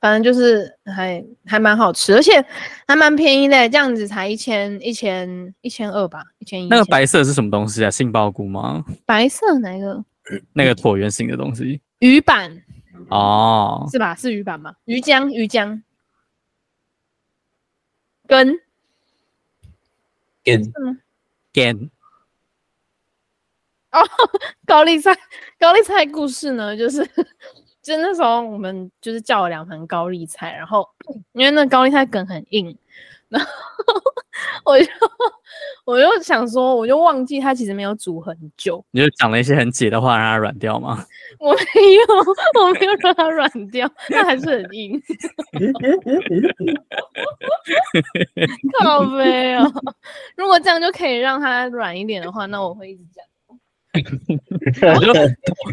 Speaker 3: 反正就是还还蛮好吃，而且还蛮便宜的，这样子才一千一千一千二吧，一千一。
Speaker 2: 那个
Speaker 3: 1000
Speaker 2: 白色是什么东西啊？杏鲍菇吗？
Speaker 3: 白色哪一个？
Speaker 2: 那个椭圆形的东西
Speaker 3: 鱼板
Speaker 2: 哦。
Speaker 3: 是吧？是鱼板吗？鱼浆，鱼浆，跟
Speaker 4: 跟
Speaker 2: Gan
Speaker 3: 高丽菜， 高丽菜故事呢，就是就那时候我们就是叫了两盘高丽菜，然后因为那高丽菜梗很硬，然后我就我就想说，我就忘记它其实没有煮很久，
Speaker 2: 你就讲了一些很解的话，让它软掉吗？
Speaker 3: 我没有我没有让它软掉，它还是很硬， 靠背哦。如果这样就可以让它软一点的话，那我会一直讲
Speaker 2: 我就头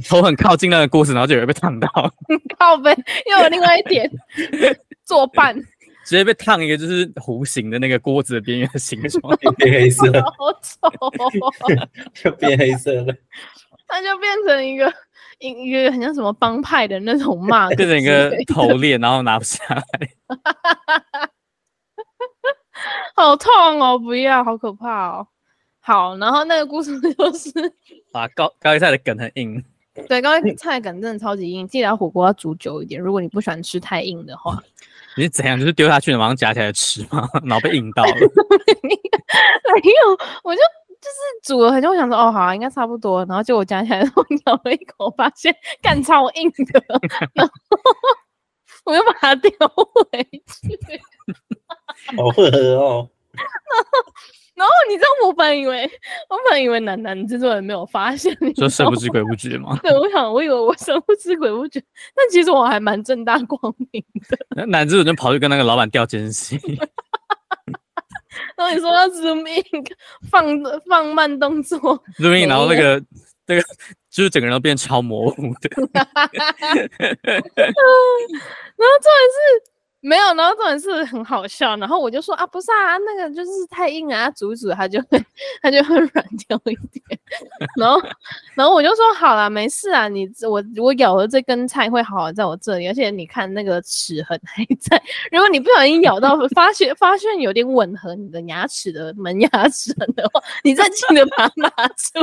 Speaker 2: 头很靠近那个锅子，然后就有被烫到，
Speaker 3: 靠背，又有另外一点 作伴。
Speaker 2: 直接被烫一个就是弧形的那个锅子的边缘的形 状。
Speaker 4: 变黑色，
Speaker 3: 好丑、哦，
Speaker 4: 就变黑色了。
Speaker 3: 它就变成一个一一个很像什么帮派的那种骂，
Speaker 2: 变成一个头链，然后拿不下来。
Speaker 3: 好痛哦，不要，好可怕哦。好，然后那个故事就是，
Speaker 2: 啊，高高丽菜的梗很硬，
Speaker 3: 对，刚才菜梗真的超级硬，记得要火锅要煮久一点，如果你不喜欢吃太硬的话。
Speaker 2: 你是怎样？就是丢下去，马上夹起来吃吗？ 然后被硬到了。
Speaker 3: 没有，我就就是煮了很久，我想说哦好、啊，应该差不多，然后结果夹起来的时候 咬了一口，发现干超硬的， 然后我又把它 丢回去。
Speaker 4: 好饿哦！
Speaker 3: 然后你知道我本以为，我本以为楠楠制作人没有发现，你
Speaker 2: 说
Speaker 3: 知
Speaker 2: 神
Speaker 3: 道
Speaker 2: 不
Speaker 3: 吗
Speaker 2: 知鬼不觉吗？
Speaker 3: 对，我想我以为我神不知鬼不觉，但其实我还蛮正大光明。
Speaker 2: 那男主人就跑去跟那个老板调监视器，
Speaker 3: 然后你说要 zoom in，放放慢动作，
Speaker 2: 录音，然后那
Speaker 3: 没
Speaker 2: 个那个就是整个人都变超模糊的。
Speaker 3: 然后重点是没有，然后重点是很好笑。然后我就说啊，不是啊，那个就是太硬啊，煮一煮它就会它就会软掉一点。 然后然后我就说好啦，没事啊，你我我咬了这根菜会好好在我这里，而且你看那个齿痕还在。如果你不小心咬到发现发现有点吻合你的牙齿的门牙齿痕的话，你再记得把它拿出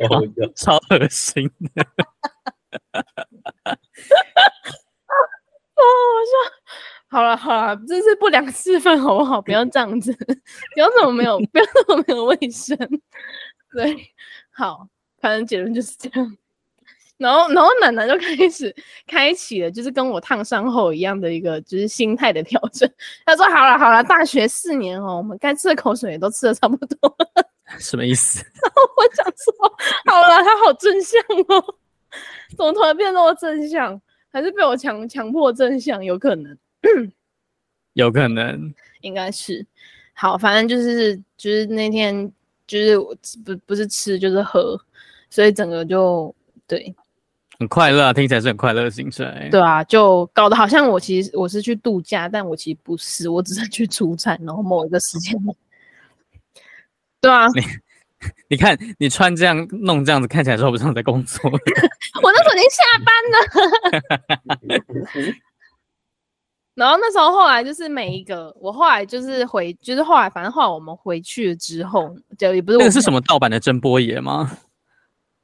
Speaker 3: 来。
Speaker 4: 哦哟，
Speaker 2: 超恶心的。
Speaker 3: 哦，我说好了好了，这是不良示范好不好？不要这样子， 不要这么没有，不要这么没有卫生。对，好，反正结论就是这样。然后，然后奶奶就开始开启了，就是跟我烫伤后一样的一个，就是心态的调整。她说：“好了好了，大学四年哦，我们该吃的口水也都吃的差不多 了。
Speaker 2: 什么意思？”
Speaker 3: 我想说，好了，她好正向哦， 怎么突然变那么正向？还是被我强强迫正向？有可能。
Speaker 2: 有可能
Speaker 3: 应该是。好，反正就是就是那天就是我不不是吃就是喝，所以整个就对
Speaker 2: 很快乐啊，听起来是很快乐的哎行程。
Speaker 3: 对啊，就搞得好像我其实我是去度假，但我其实不是，我只是去出差，然后某一个时间。对啊，
Speaker 2: 你看你穿这样弄这样子，看起来说不像在工作。
Speaker 3: 我那时候已经下班了。然后那时候后来就是每一个，我后来就是回，就是后来反正后来我们回去了之后，就也不是
Speaker 2: 那
Speaker 3: 我
Speaker 2: 个是什么盗版的真波爷吗？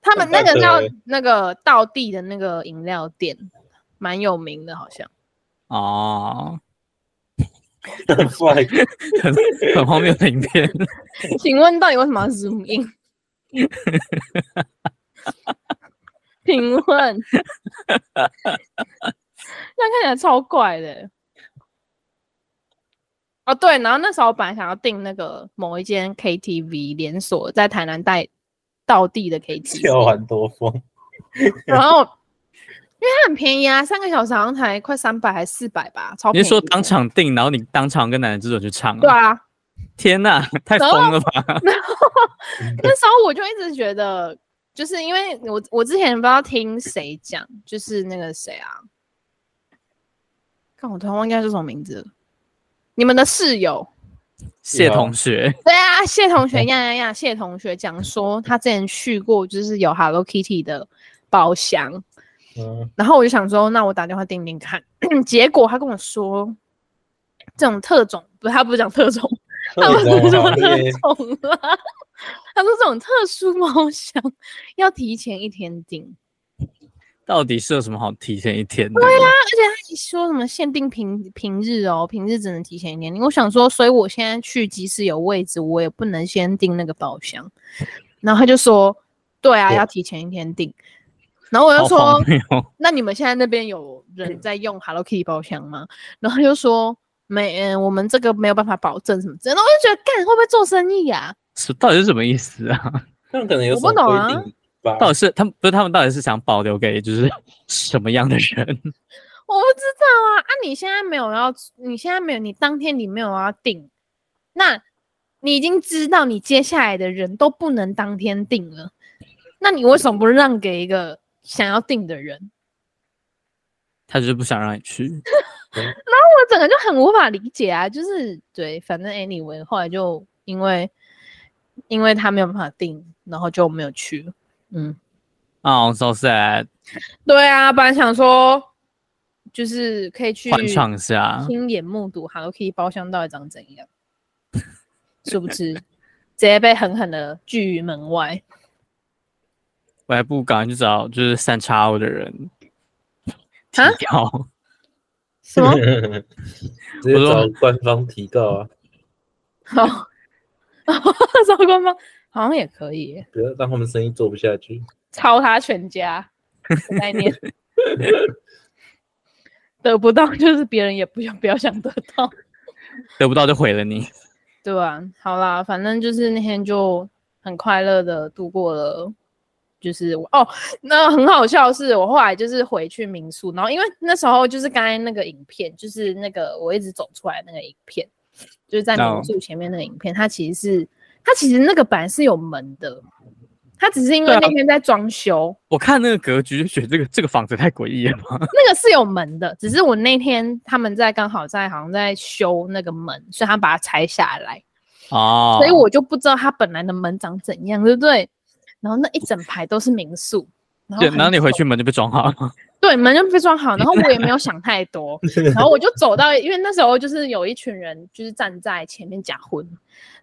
Speaker 3: 他们那
Speaker 4: 那
Speaker 3: 个叫
Speaker 4: 个
Speaker 3: 那个道地的那个饮料店，蛮有名的，好像。
Speaker 2: 哦，
Speaker 4: 坏
Speaker 2: 很很荒谬的影片。
Speaker 3: 请问到底为什么要 zoom in？请问，这 样看起来超怪的。哦，对，然后那时候我本来想要订那个某一间 KTV 连锁，在台南带道地 的 KTV，
Speaker 4: 跳完多风，
Speaker 3: 然后因为它很便宜啊，三个小时好像才快三百还四百吧，超
Speaker 2: 你
Speaker 3: 便宜。哦
Speaker 2: 是说当？场订，然后你当场跟男人制作人去唱、
Speaker 3: 对，啊，
Speaker 2: 天哪，太
Speaker 3: 然
Speaker 2: 疯了吧！
Speaker 4: 嗯
Speaker 3: 那时候我就一直觉得，就是因为我我之前不知道听谁讲，就是那个谁啊，看我突然忘记叫什么名字了。你们的室友
Speaker 2: 谢同学，
Speaker 3: 对啊，谢同学呀呀呀，谢同学讲说他之前去过，就是有 Hello Kitty 的包厢，
Speaker 4: 嗯，
Speaker 3: 然后我就想说，那我打电话订订看。 结果他跟我说，这种特种不，他不是讲特种，他
Speaker 4: 那
Speaker 3: 们
Speaker 4: 你
Speaker 3: 不
Speaker 4: 知
Speaker 3: 是
Speaker 4: 道吗
Speaker 3: 特种啦， 他说这种特殊猫箱要提前一天订，
Speaker 2: 到底是有什么好提前一天的？对呀、
Speaker 3: 而且他还说什么限定平平日哦，平日只能提前一天订。我想说，所以我现在去，即使有位置，我也不能先订那个包厢。然后他就说，对啊，
Speaker 4: 对
Speaker 3: 要提前一天订。然后我就
Speaker 2: 好
Speaker 3: 说
Speaker 2: 荒，谬哦。
Speaker 3: 那你们现在那边有人在用 Hello Kitty 包厢吗？然后他就说没、嗯我们这个没有办法保证什么之类的。然后我就觉得，干会不会做生意啊呀、
Speaker 2: 是到底是什么意思啊？
Speaker 4: 他们可能有
Speaker 3: 我
Speaker 4: 什么
Speaker 3: 不懂啊
Speaker 4: 规定吧？
Speaker 2: 到底是他们不是他们到底是想保留给就是什么样的人？
Speaker 3: 我不知道啊。啊，你现在没有要，你现在没有，你当天你没有要订，那你已经知道你接下来的人都不能当天订了，那你为什么不让给一个想要订的人？
Speaker 2: 他就是不想让你去。
Speaker 3: 我整个就很无法理解啊，就是对，反正 anyway，后来就因为因为他没有办法订，然后就没有去了。嗯，
Speaker 2: 哦、s o sad，
Speaker 3: 对啊，本来想说就是可以去
Speaker 2: 换唱一下。
Speaker 3: 亲眼目睹 Hello Kitty 包厢到底长怎样，殊不知直接被狠狠的拒于门外。
Speaker 2: 我还不赶快去找就是三叉 O 的人提
Speaker 3: 啊
Speaker 2: 告。
Speaker 3: 什 么？
Speaker 2: 啊
Speaker 4: 直接
Speaker 2: 我说
Speaker 4: 找官方提告啊，
Speaker 3: 好，赵哦官方好像也可以耶，
Speaker 4: 不要让他们生意做不下去。
Speaker 3: 啊抄他全家的概念。得不到就是别人也不想不要想得到，
Speaker 2: 得不到就毁了你。
Speaker 3: 对啊，好啦，反正就是那天就很快乐的度过了，就是我哦，那很好笑的是，我后来就是回去民宿，然后因为那时候就是刚才那个影片，就是那个我一直走出来那个影片，就是在
Speaker 2: 哦
Speaker 3: 民宿前面那个影片，它其实是它其实那个板是有门的，它只是因
Speaker 2: 对
Speaker 3: 为
Speaker 2: 啊
Speaker 3: 那天在装修，
Speaker 2: 我看那个格局就觉得这个这个房子太诡异了吧？
Speaker 3: 那个是有门的，只是我那天他们在刚好在好像在修那个门，所以他把它拆下来。
Speaker 2: 哦，
Speaker 3: 所以我就不知道它本来的门长怎样，对不对？然后那一整排都是民宿，然后
Speaker 2: 对，
Speaker 3: 很
Speaker 2: 然后你回
Speaker 3: 丑
Speaker 2: 去门就被装好了。
Speaker 3: 对门就被装好，然后我也没有想太多，然后我就走到，因为那时候就是有一群人就是站在前面假婚，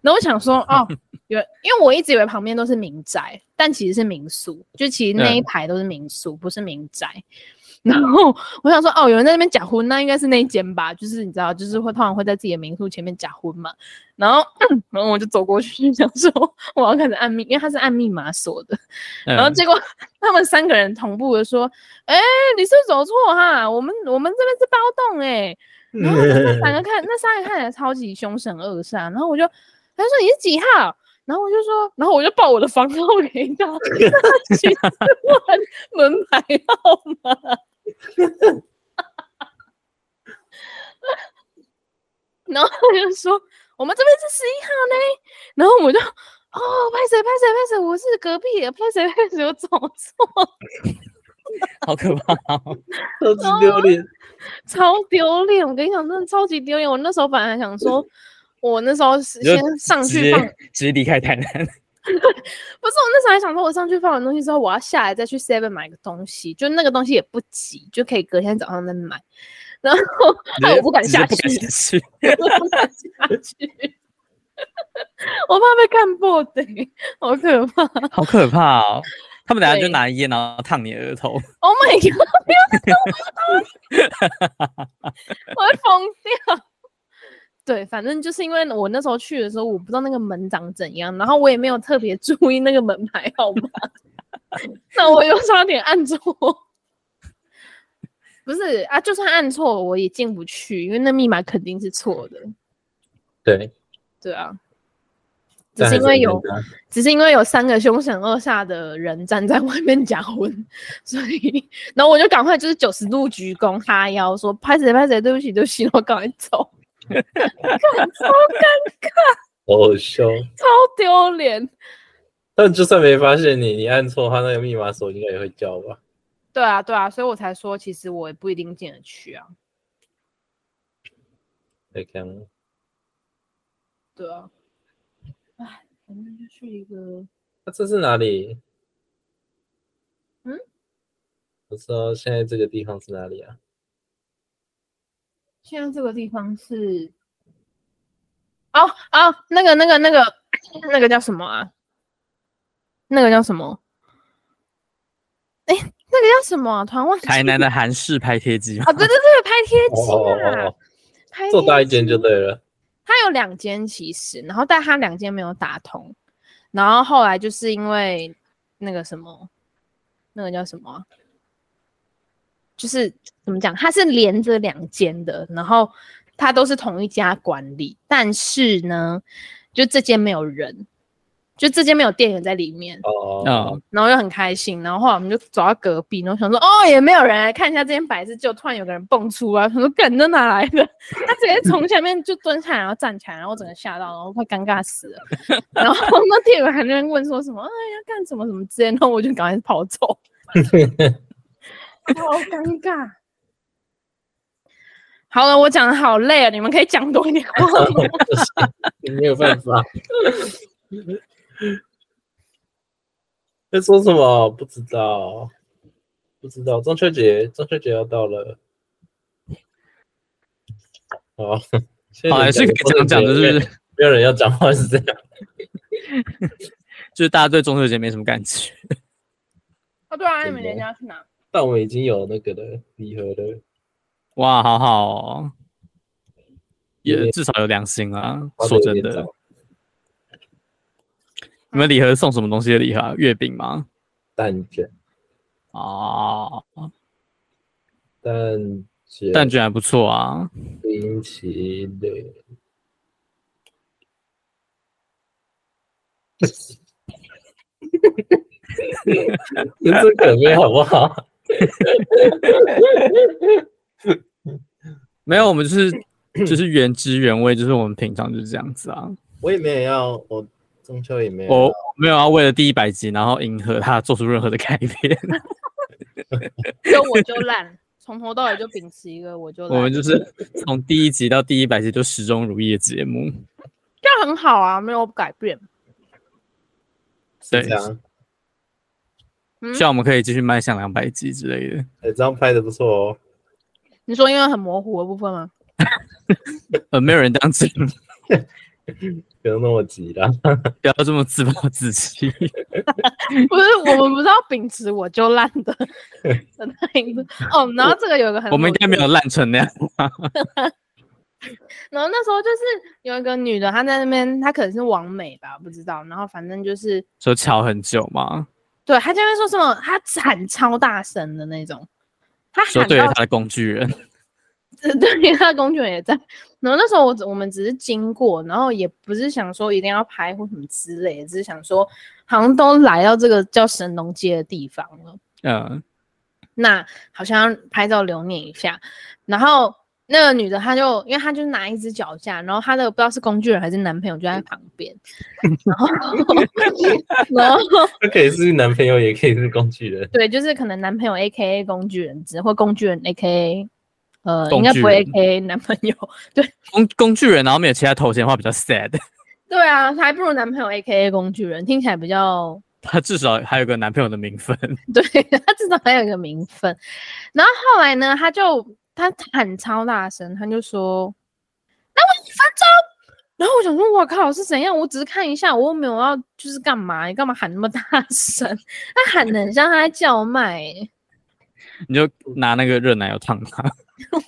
Speaker 3: 然后我想说哦，有，因为我一直以为旁边都是民宅，但其实是民宿，就其实那一
Speaker 2: 嗯
Speaker 3: 排都是民宿，不是民宅。然后我想说，哦，有人在那边假婚，那应该是那一间吧？就是你知道，就是会通常会在自己的民宿前面假婚嘛。然后， 然后我就走过去，想说我要开始按密，因为它是按密码锁的。
Speaker 2: 然
Speaker 3: 然后结果他们三个人同步的说：“哎、你是不是走错哈，我们我们这边是包栋哎、 然后那三个看，那三个看起来超级凶神恶煞，然后我就，他就说你是几号？然后我就说，然后我就报我的房号给他， 他其实我门牌号码。然后他就说我们这边是十一号呢，然后我就哦，拍谁拍谁拍谁，我是隔壁的，拍谁拍谁，我走错，
Speaker 2: 好可怕哦！
Speaker 4: 超级丢
Speaker 3: 哦
Speaker 4: 脸，
Speaker 3: 超丢脸！我跟你讲，真的超级丢脸。我那时候本来想说，我那时候是
Speaker 2: 你就
Speaker 3: 先上
Speaker 2: 直
Speaker 3: 去
Speaker 2: 接
Speaker 3: 放，
Speaker 2: 直接离开 台南，
Speaker 3: 不是我那时候还想说，我上去放完东西之后，我要下来再去 Seven 买个东西，就那个东西也不急，就可以隔天早上再买。然后
Speaker 2: 直
Speaker 3: 害
Speaker 2: 接
Speaker 3: 我不敢
Speaker 2: 直接
Speaker 3: 下
Speaker 2: 不敢
Speaker 3: 去
Speaker 2: 下去。
Speaker 3: 我不敢下去， 我怕被看破的，好可怕
Speaker 2: 好可怕哦！他们等下就
Speaker 3: 对
Speaker 2: 拿烟，然后烫你的额头。
Speaker 3: ！Oh my god！不要再跟我我会疯掉。对，反正就是因为我那时候去的时候，我不知道那个门长怎样，然后我也没有特别注意那个门牌号码， 那我又差点按错。不是啊，就算按错我也进不去，因为那密码肯定是错的。
Speaker 4: 对，
Speaker 3: 对啊，只
Speaker 4: 但还
Speaker 3: 是因为
Speaker 4: 很啊
Speaker 3: 有
Speaker 4: 尴尬
Speaker 3: 只是因为有三个凶神恶煞的人站在外面假婚，所以然后我就赶快就是九十度鞠躬哈腰说拍谁拍谁，对不起对不起，然后赶快走，
Speaker 4: 好好笑。
Speaker 3: 超丢脸。
Speaker 4: 但就算没发现你，你按错他那个密码锁，应该也会叫吧？
Speaker 3: 对啊对啊，所以我才说其实我也不一定进得去啊。
Speaker 4: 对，这样
Speaker 3: 对啊，唉，反正就是一个
Speaker 4: 那啊这是哪里？
Speaker 3: 嗯，
Speaker 4: 我说现在这个地方是哪里啊？
Speaker 3: 现在这个地方是哦哦那个那个那个那个叫什么啊？那个叫什么？哎、那个叫什么、啊？突然忘记
Speaker 2: 台南的韩式拍贴机嘛
Speaker 3: 啊，对对对，拍贴机
Speaker 4: 哦
Speaker 3: 啊，
Speaker 4: 哦哦，
Speaker 3: 拍
Speaker 4: 做大
Speaker 3: 贴
Speaker 4: 一间就对了。
Speaker 3: 他有两间其实，然后但他两间没有打通，然后后来就是因为那个什么，那个叫什么啊、就是怎么讲，它是连着两间的，然后它都是同一家管理，但是呢，就这间没有人，就这间没有店员在里面，
Speaker 4: 哦，
Speaker 2: 啊，
Speaker 3: 然后又很开心，然后后来我们就走到隔壁，然后想说，哦，也没有人来看一下这间摆设，就突然有个人蹦出来，我想说，干这哪来的？ 他直接从前面就蹲下来，然后站起来，然后我整个吓到，然后快尴尬死了。 然后那店员还在那边问说什么，哎呀，干什么什么之类的，然后我就赶快跑走， 好尴尬。好了，我讲的好累啊，你们可以讲多一点 话吗。
Speaker 4: 没有办法。在说什么？不知道，不知道。中秋节，中秋节要到了。哦，现在
Speaker 2: 好，还是可以讲讲的，是不
Speaker 4: 没有
Speaker 2: 是？
Speaker 4: 没有人要讲话是这样。
Speaker 2: 就是大家对中秋节没什么感觉。
Speaker 3: 哦，对啊，你们
Speaker 4: 真的
Speaker 3: 人家去哪？
Speaker 4: 但我们已经有那个的礼盒的，
Speaker 2: 哇，好好、哦，也
Speaker 4: 也
Speaker 2: 至少有良心啊。
Speaker 4: 花
Speaker 2: 说
Speaker 4: 得有
Speaker 2: 真
Speaker 4: 点
Speaker 2: 的，
Speaker 4: 早
Speaker 2: 你们礼盒送什么东西的礼盒啊？月饼吗？
Speaker 4: 蛋卷，
Speaker 2: 哦，
Speaker 4: 蛋卷，
Speaker 2: 蛋卷还不错啊。
Speaker 4: 冰淇 淋。人生可悲，好不好？
Speaker 2: 没有，我们就是 就是原汁原味，就是我们平常就是这样子啊。
Speaker 4: 我也没有要，我中秋也没有
Speaker 2: 我
Speaker 4: 要，
Speaker 2: 没有要啊为了第一百集，然后迎合他做出任何的改 变。
Speaker 3: 就我就烂，从头到尾就秉持一个我就烂。
Speaker 2: 我们就是从第一集到第一百集都始终如一的节目。
Speaker 3: 这样很好啊，没有改变。
Speaker 2: 对
Speaker 4: 这，样，
Speaker 3: 嗯
Speaker 2: 希望我们可以继续迈向两百集之类的。
Speaker 4: 哎、这样拍的不错哦。
Speaker 3: 你说因为很模糊的部分吗？
Speaker 2: 呃，没有人当 真，
Speaker 4: 不用那么急啦，
Speaker 2: 不要这么自暴自弃。嗯
Speaker 3: 不是，我们不是要秉持我就烂 的的那一个哦。然后这个有一个很，
Speaker 2: 我们应该没有。烂成那样。
Speaker 3: 然后那时候就是有一个女的，她在那边，她可能是王美吧，不知道。然后反正就是，
Speaker 2: 说瞧很久嘛，
Speaker 3: 对她在那边说什么，她喊超大声的那种，她
Speaker 2: 说
Speaker 3: 喊
Speaker 2: 对于
Speaker 3: 到
Speaker 2: 他的工具人，
Speaker 3: 对，他公园也在。然后那时候我只我们只是经过，然后也不是想说一定要拍或什么之类的，只是想说好像都来到这个叫神农街的地方了，
Speaker 2: 嗯，
Speaker 3: 那好像要拍照留念一下。然后那个女的她就因为她就拿一只脚架，然后她的不知道是工具人还是男朋友就在旁 边，然后然后
Speaker 4: 他可以是男朋友，也可以是工具人。
Speaker 3: 对，就是可能男朋友 A K A 工具人之，或工具人 A K A 呃应
Speaker 2: 工
Speaker 3: 该
Speaker 2: 具
Speaker 3: 不会 A
Speaker 2: 人
Speaker 3: K A 男朋友。
Speaker 2: 工工具人，然后没有其他头衔的话比较 sad。
Speaker 3: 对啊，还不如男朋友 A K A 工具人，听起来比较
Speaker 2: 他至少还有个男朋友的名分，
Speaker 3: 对， 他至少还有一个名分。然后后来呢，他就他喊超大声，他就说：“那我一分钟。”然后我想说：“我靠，是怎样？我只是看一下，我又没有要就是干嘛？你干嘛喊那么大声？他喊的很像他在叫卖、 欸
Speaker 2: 你就拿那个热奶油烫他，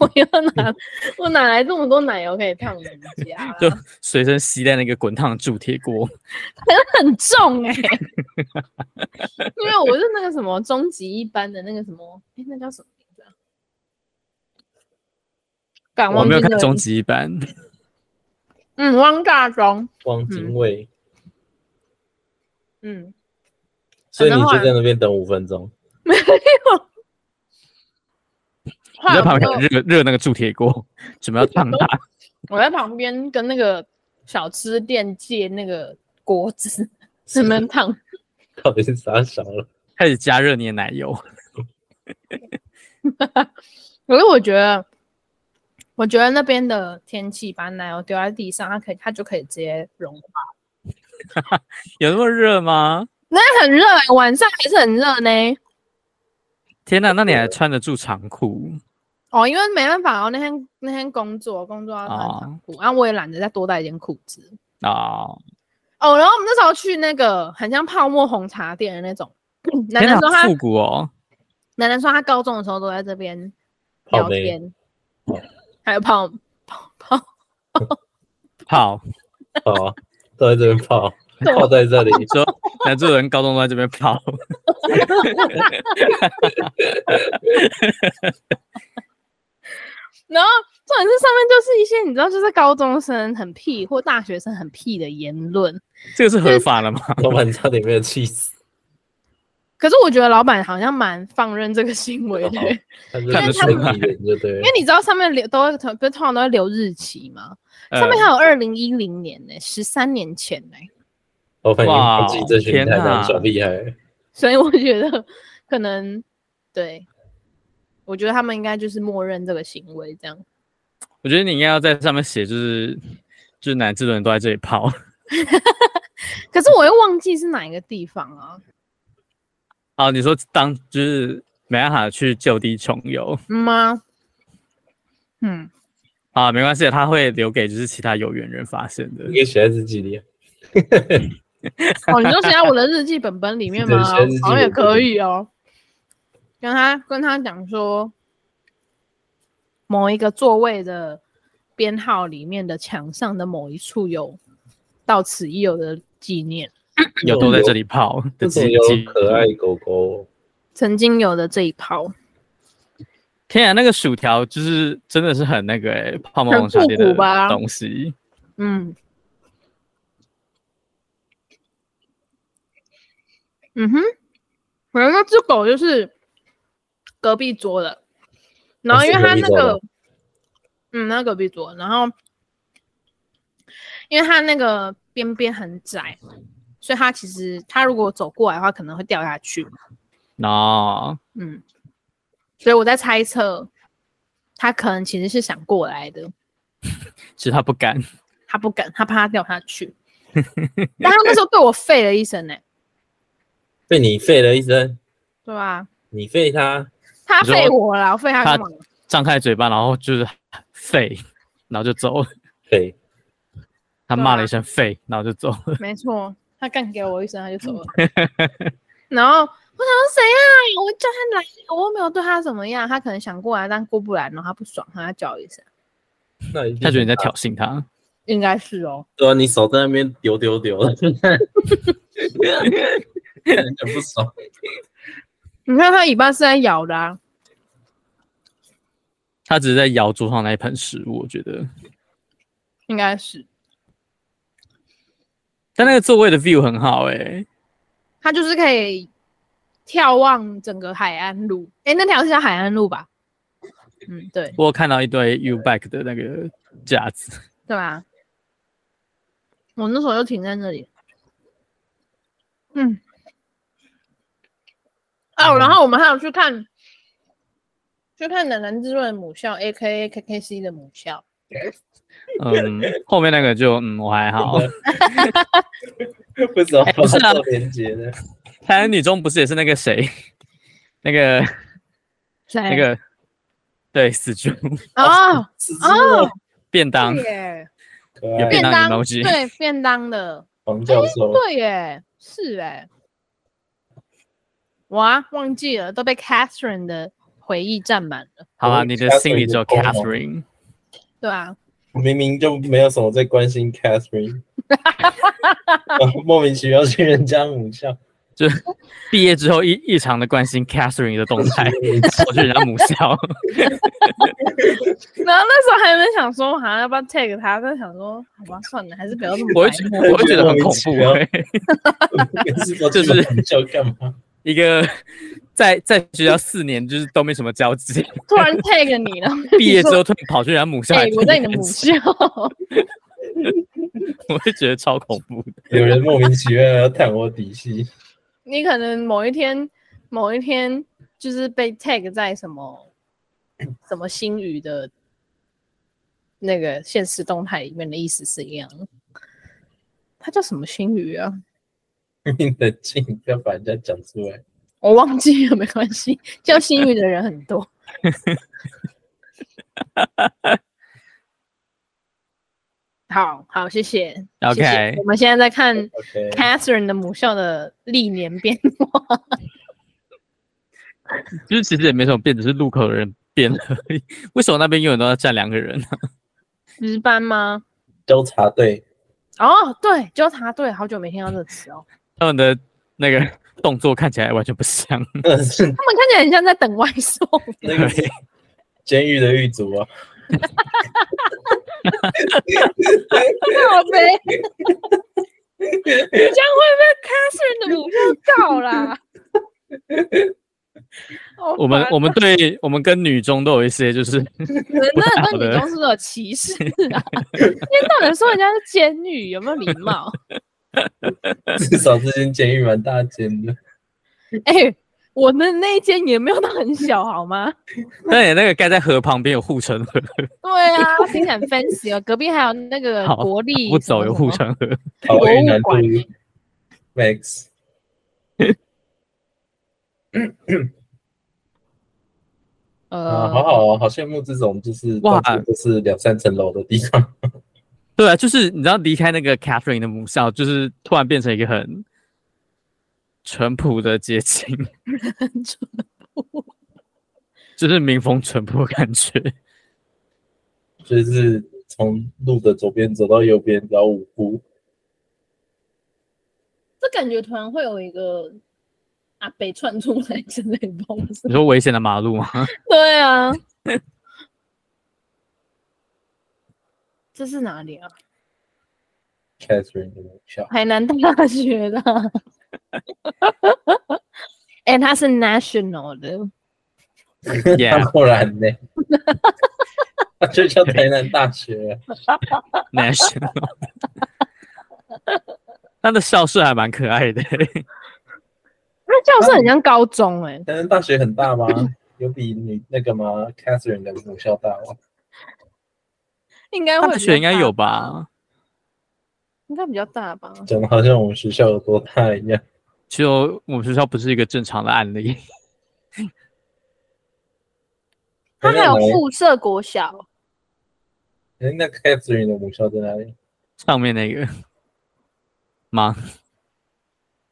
Speaker 3: 我又哪我哪来这么多奶油可以烫人家 啊？
Speaker 2: 就随身携带那个滚烫的铸铁锅。
Speaker 3: 很重哎、 因为我是那个什么终极一班的那个什么，哎、那叫什么名字啊？敢
Speaker 2: 我
Speaker 3: 忘
Speaker 2: 没
Speaker 3: 记
Speaker 2: 有
Speaker 3: 那
Speaker 2: 看
Speaker 3: 个
Speaker 2: 终
Speaker 3: 名字，
Speaker 2: 极一班，
Speaker 3: 嗯，汪大中，
Speaker 4: 汪精卫，
Speaker 3: 嗯，
Speaker 4: 所以你
Speaker 3: 然后
Speaker 4: 就
Speaker 3: 啊
Speaker 4: 在那边等五分钟。
Speaker 3: 后
Speaker 2: 你在
Speaker 3: 来
Speaker 2: 旁
Speaker 3: 我们就
Speaker 2: 边热热那个铸铁锅，准备要烫他。
Speaker 3: 我在旁边跟那个小吃店借那个锅子，什么烫，
Speaker 4: 到底是啥小了？
Speaker 2: 开始加热你的奶油，
Speaker 3: 可是我觉得。我觉得那边的天气，把奶油丢在地上，它可以，它就可以直接融化。
Speaker 2: 有那么热吗？
Speaker 3: 那很热、欸，晚上还是很热呢。
Speaker 2: 天哪，那你还穿得住长裤
Speaker 3: 哦，因为没办法哦，那天那天工作工作要穿
Speaker 2: 哦
Speaker 3: 长裤，然后、我也懒得再多带一件裤子。
Speaker 2: 啊？
Speaker 3: 哦，哦，然后我们那时候去那个很像泡沫红茶店的那种，楠
Speaker 2: 天
Speaker 3: 楠
Speaker 2: 哪
Speaker 3: 说他
Speaker 2: 复古哦，
Speaker 3: 楠楠说他高中的时候都在这边
Speaker 4: 泡
Speaker 3: 聊
Speaker 4: 妹
Speaker 3: 天，还有泡泡泡
Speaker 2: 泡，
Speaker 4: 泡啊，都在这边泡，
Speaker 3: 对
Speaker 4: 泡在这里，
Speaker 2: 你说男主人高中都在这边泡，
Speaker 3: 然后重点是上面就是一些你知道，就是高中生很屁或大学生很屁的言论。
Speaker 2: 这个是合法的吗？
Speaker 4: 老板差点没有气死，
Speaker 3: 可是我觉得老板好像蛮放任这个行为的，
Speaker 4: 哦
Speaker 3: 因
Speaker 4: 他就是
Speaker 2: 看
Speaker 3: 得出
Speaker 4: 生
Speaker 2: 来
Speaker 4: 意人就对了
Speaker 3: 为，你知道上面留都会通不是通常都会留日期吗？
Speaker 4: 嗯
Speaker 3: 上面
Speaker 2: 呃
Speaker 3: 还有二零一零年呢、十三年前呢、
Speaker 4: 老板已经
Speaker 2: 哇
Speaker 4: 忘记这群
Speaker 2: 天
Speaker 4: 台
Speaker 2: 哪
Speaker 4: 南小厉害了，
Speaker 3: 所以我觉得可能对，我觉得他们应该就是默认这个行为这样。
Speaker 2: 我觉得你应该要在上面写，就是就是男制作人都在这里泡，
Speaker 3: 可是我又忘记是哪一个地方啊？
Speaker 2: 哦，你说当就是没办法去就地重游
Speaker 3: 嗯吗？嗯，
Speaker 2: 啊，没关系，他会留给就是其他有缘人发现的。
Speaker 4: 应该写在日记里啊，
Speaker 3: 哦，你就写在我的日记本本里面 吗？
Speaker 4: 对写在日记
Speaker 3: 好像也
Speaker 4: 本本
Speaker 3: 可以哦。跟他跟他讲说，某一个座位的编号里面的墙上的某一处有到此一游的纪念，
Speaker 2: 有都在这里泡的
Speaker 4: 这种
Speaker 2: 记
Speaker 4: 有
Speaker 2: 记
Speaker 4: 可爱狗狗，
Speaker 3: 曾经有的这一泡，
Speaker 2: 天啊，那个薯条就是真的是很那个欸泡沫红茶店
Speaker 3: 很
Speaker 2: 的
Speaker 3: 复古吧
Speaker 2: 东西。
Speaker 3: 嗯，嗯哼，然后那只狗就是隔壁桌的，然后因为它那
Speaker 4: 哦是隔壁桌
Speaker 3: 个
Speaker 4: 的，
Speaker 3: 嗯，那隔壁桌，然后因为它那个边边很窄，所以它其实它如果走过来的话，可能会掉下去，
Speaker 2: 哦，
Speaker 3: 嗯，所以我在猜测，它可能其实是想过来的，
Speaker 2: 其实他不敢。
Speaker 3: 他不敢，他怕他掉下去。但他那时候对我吠了一声呢、
Speaker 4: 被你废了一身，
Speaker 3: 对吧？
Speaker 4: 你废他，
Speaker 3: 他
Speaker 2: 你说
Speaker 3: 吠我啦，我吠他
Speaker 2: 他
Speaker 3: 干嘛？
Speaker 2: 张开嘴巴，然后就是废，然后就走了。
Speaker 4: 废，
Speaker 2: 他
Speaker 3: 对
Speaker 2: 骂
Speaker 3: 啊
Speaker 2: 了一声废，然后就走了。
Speaker 3: 没错，他干给我一声，他就走 了。然后我想说谁啊？我叫他来，我又没有对他怎么样，他可能想过来，但过不来，然后他不爽，他叫一声，
Speaker 4: 那一定
Speaker 2: 他觉得你在挑衅他。
Speaker 3: 应该是哦。
Speaker 4: 对啊，你手在那边丢丢丢的，很 不爽。
Speaker 3: 你看他尾巴是在咬的、啊，
Speaker 2: 他只是在咬桌上那一盆食物，我觉得。
Speaker 3: 应该是
Speaker 2: 但那个座位的 view 很好哎、
Speaker 3: 他就是可以眺望整个海岸路。哎、那条是叫海岸路吧？嗯，对。
Speaker 2: 我有看到一堆 U back 的那个架子，
Speaker 3: 对吧？我那时候就停在那里。嗯。哦，然后我们还有去看，去看南南之润的母校，A K A K K C 的母校。
Speaker 2: 嗯，后面那个就嗯我还好。
Speaker 4: 为什么
Speaker 2: 哎不是啊
Speaker 4: 要做连接呢？
Speaker 2: 台湾女中不是也是那个谁，那个那
Speaker 3: 那
Speaker 2: 个，对死猪
Speaker 3: 哦
Speaker 4: 是这
Speaker 3: 哦
Speaker 4: 么，
Speaker 2: 便当
Speaker 3: 对，耶，
Speaker 4: 可
Speaker 2: 有
Speaker 4: 爱
Speaker 2: 变，
Speaker 3: 便当
Speaker 2: emoji
Speaker 3: 对便当 的，
Speaker 4: 黄教授
Speaker 3: 对耶，是哎。哇，忘记了，都被 Catherine 的回忆占满了，
Speaker 2: 好吧，你的心里只有 Catherine，
Speaker 3: 对啊吧？
Speaker 4: 明明就没有什么在关心 Catherine，然后莫名其妙去人家母 校，
Speaker 2: 毕业之后异异常的关心 Catherine 的动态，我去人家母 校，
Speaker 3: 然后那时候还没想说，好像要不要 take 他，但想说，好吧，算了，还是不要那么
Speaker 2: 我会
Speaker 3: 白
Speaker 2: 觉
Speaker 3: 目
Speaker 2: 我会觉得很恐怖、欸，
Speaker 4: 是我去
Speaker 2: 就是
Speaker 4: 母校干嘛？
Speaker 2: 一个在在学校四年就是都没什么交集，
Speaker 3: 突然 tag 你了，
Speaker 2: 毕业之后突然跑去人家母校来
Speaker 3: 哎、
Speaker 2: 跟
Speaker 3: 我
Speaker 2: 你
Speaker 3: 在
Speaker 2: 联系，
Speaker 3: 你的母校，
Speaker 2: 我会觉得超恐怖的。
Speaker 4: 有人莫名其妙要探我底细，
Speaker 3: 你可能某一天，某一天就是被 tag 在什么什么新语的那个现实动态里面的意思是一样的。它叫什么新语啊？
Speaker 4: 命的劲，不要把人家讲出来。
Speaker 3: 我忘记了，没关系。叫新语的人很多。 好好，谢谢。
Speaker 2: OK
Speaker 3: 谢谢我们现在在看
Speaker 4: OK，
Speaker 3: Catherine 的母校的历年变化。
Speaker 2: 就是其实也没什么变，只是路口的人变了而已。 为什么那边永远都要站两个人呢、
Speaker 3: 值班吗？
Speaker 4: 纠察队
Speaker 3: 哦，对，纠察队，好久没听到这个词哦。
Speaker 2: 他们的那个动作看起来完全不像。
Speaker 4: 那是
Speaker 3: 他们看起来很像在等外送。
Speaker 4: 那个是监狱的狱卒 啊，
Speaker 3: 好呗，你这样会被 Catherine 的母校告啦。好
Speaker 2: 我们
Speaker 3: 烦哦
Speaker 2: 我们对我们跟女中都有一些就是
Speaker 3: 人
Speaker 2: 太好
Speaker 3: 那
Speaker 2: 的
Speaker 3: 对女中是不是有歧视啊？ 今天到底说人家是监狱，有没有礼貌？
Speaker 4: 至少这间监狱蛮大间的，
Speaker 3: 哎、我们那一间也没有到很小，好吗？
Speaker 2: 但也那个盖在河旁边有护城河，
Speaker 3: 对啊，听起来很 fancy 哦。隔壁还有那个
Speaker 2: 好
Speaker 3: 国立
Speaker 2: 不
Speaker 3: 什么
Speaker 2: 走有
Speaker 3: 什么
Speaker 2: 护城河。
Speaker 4: 好
Speaker 3: 博
Speaker 4: 运
Speaker 3: 物
Speaker 4: 难度
Speaker 3: 馆
Speaker 4: Max，啊，好
Speaker 3: 呃，
Speaker 4: 好哦，好羡慕这种就是
Speaker 2: 哇
Speaker 4: 到处都是两三层楼的地方，
Speaker 2: 对啊，就是你知道离开那个 Catherine 的母校，就是突然变成一个很淳朴的街景， 就是民风淳朴的感觉。
Speaker 4: 就是从路的左边走到右边，然后五步，
Speaker 3: 这感觉突然会有一个阿北窜出来之类的，不知道为什
Speaker 2: 你
Speaker 3: 么
Speaker 2: 说危险的马路吗？
Speaker 3: 对啊， 这是哪里啊？
Speaker 4: Catherine 的母校，
Speaker 3: 海南大学的啊，哎、它是 national 的，
Speaker 4: 那
Speaker 2: Yeah，
Speaker 4: 不然呢？他就叫台南大学，啊
Speaker 2: National。他的校舍还蛮可爱的、
Speaker 3: 哎 它教室很像高中哎、
Speaker 4: 台南大学很大 吗？有比你那个吗？Catherine 的母校大吗？
Speaker 3: 应该会
Speaker 2: 大
Speaker 3: 比较
Speaker 2: 学应该
Speaker 3: 大
Speaker 2: 有，吧？
Speaker 3: 应该比较大吧？
Speaker 4: 讲的好像我们学校有多大一样。
Speaker 2: 就我们学校不是一个正常的案例，
Speaker 3: 它还有
Speaker 4: 台南
Speaker 3: 附设国小，
Speaker 4: 哎，那 Catherine 的母校在哪里？
Speaker 2: 上面那个吗？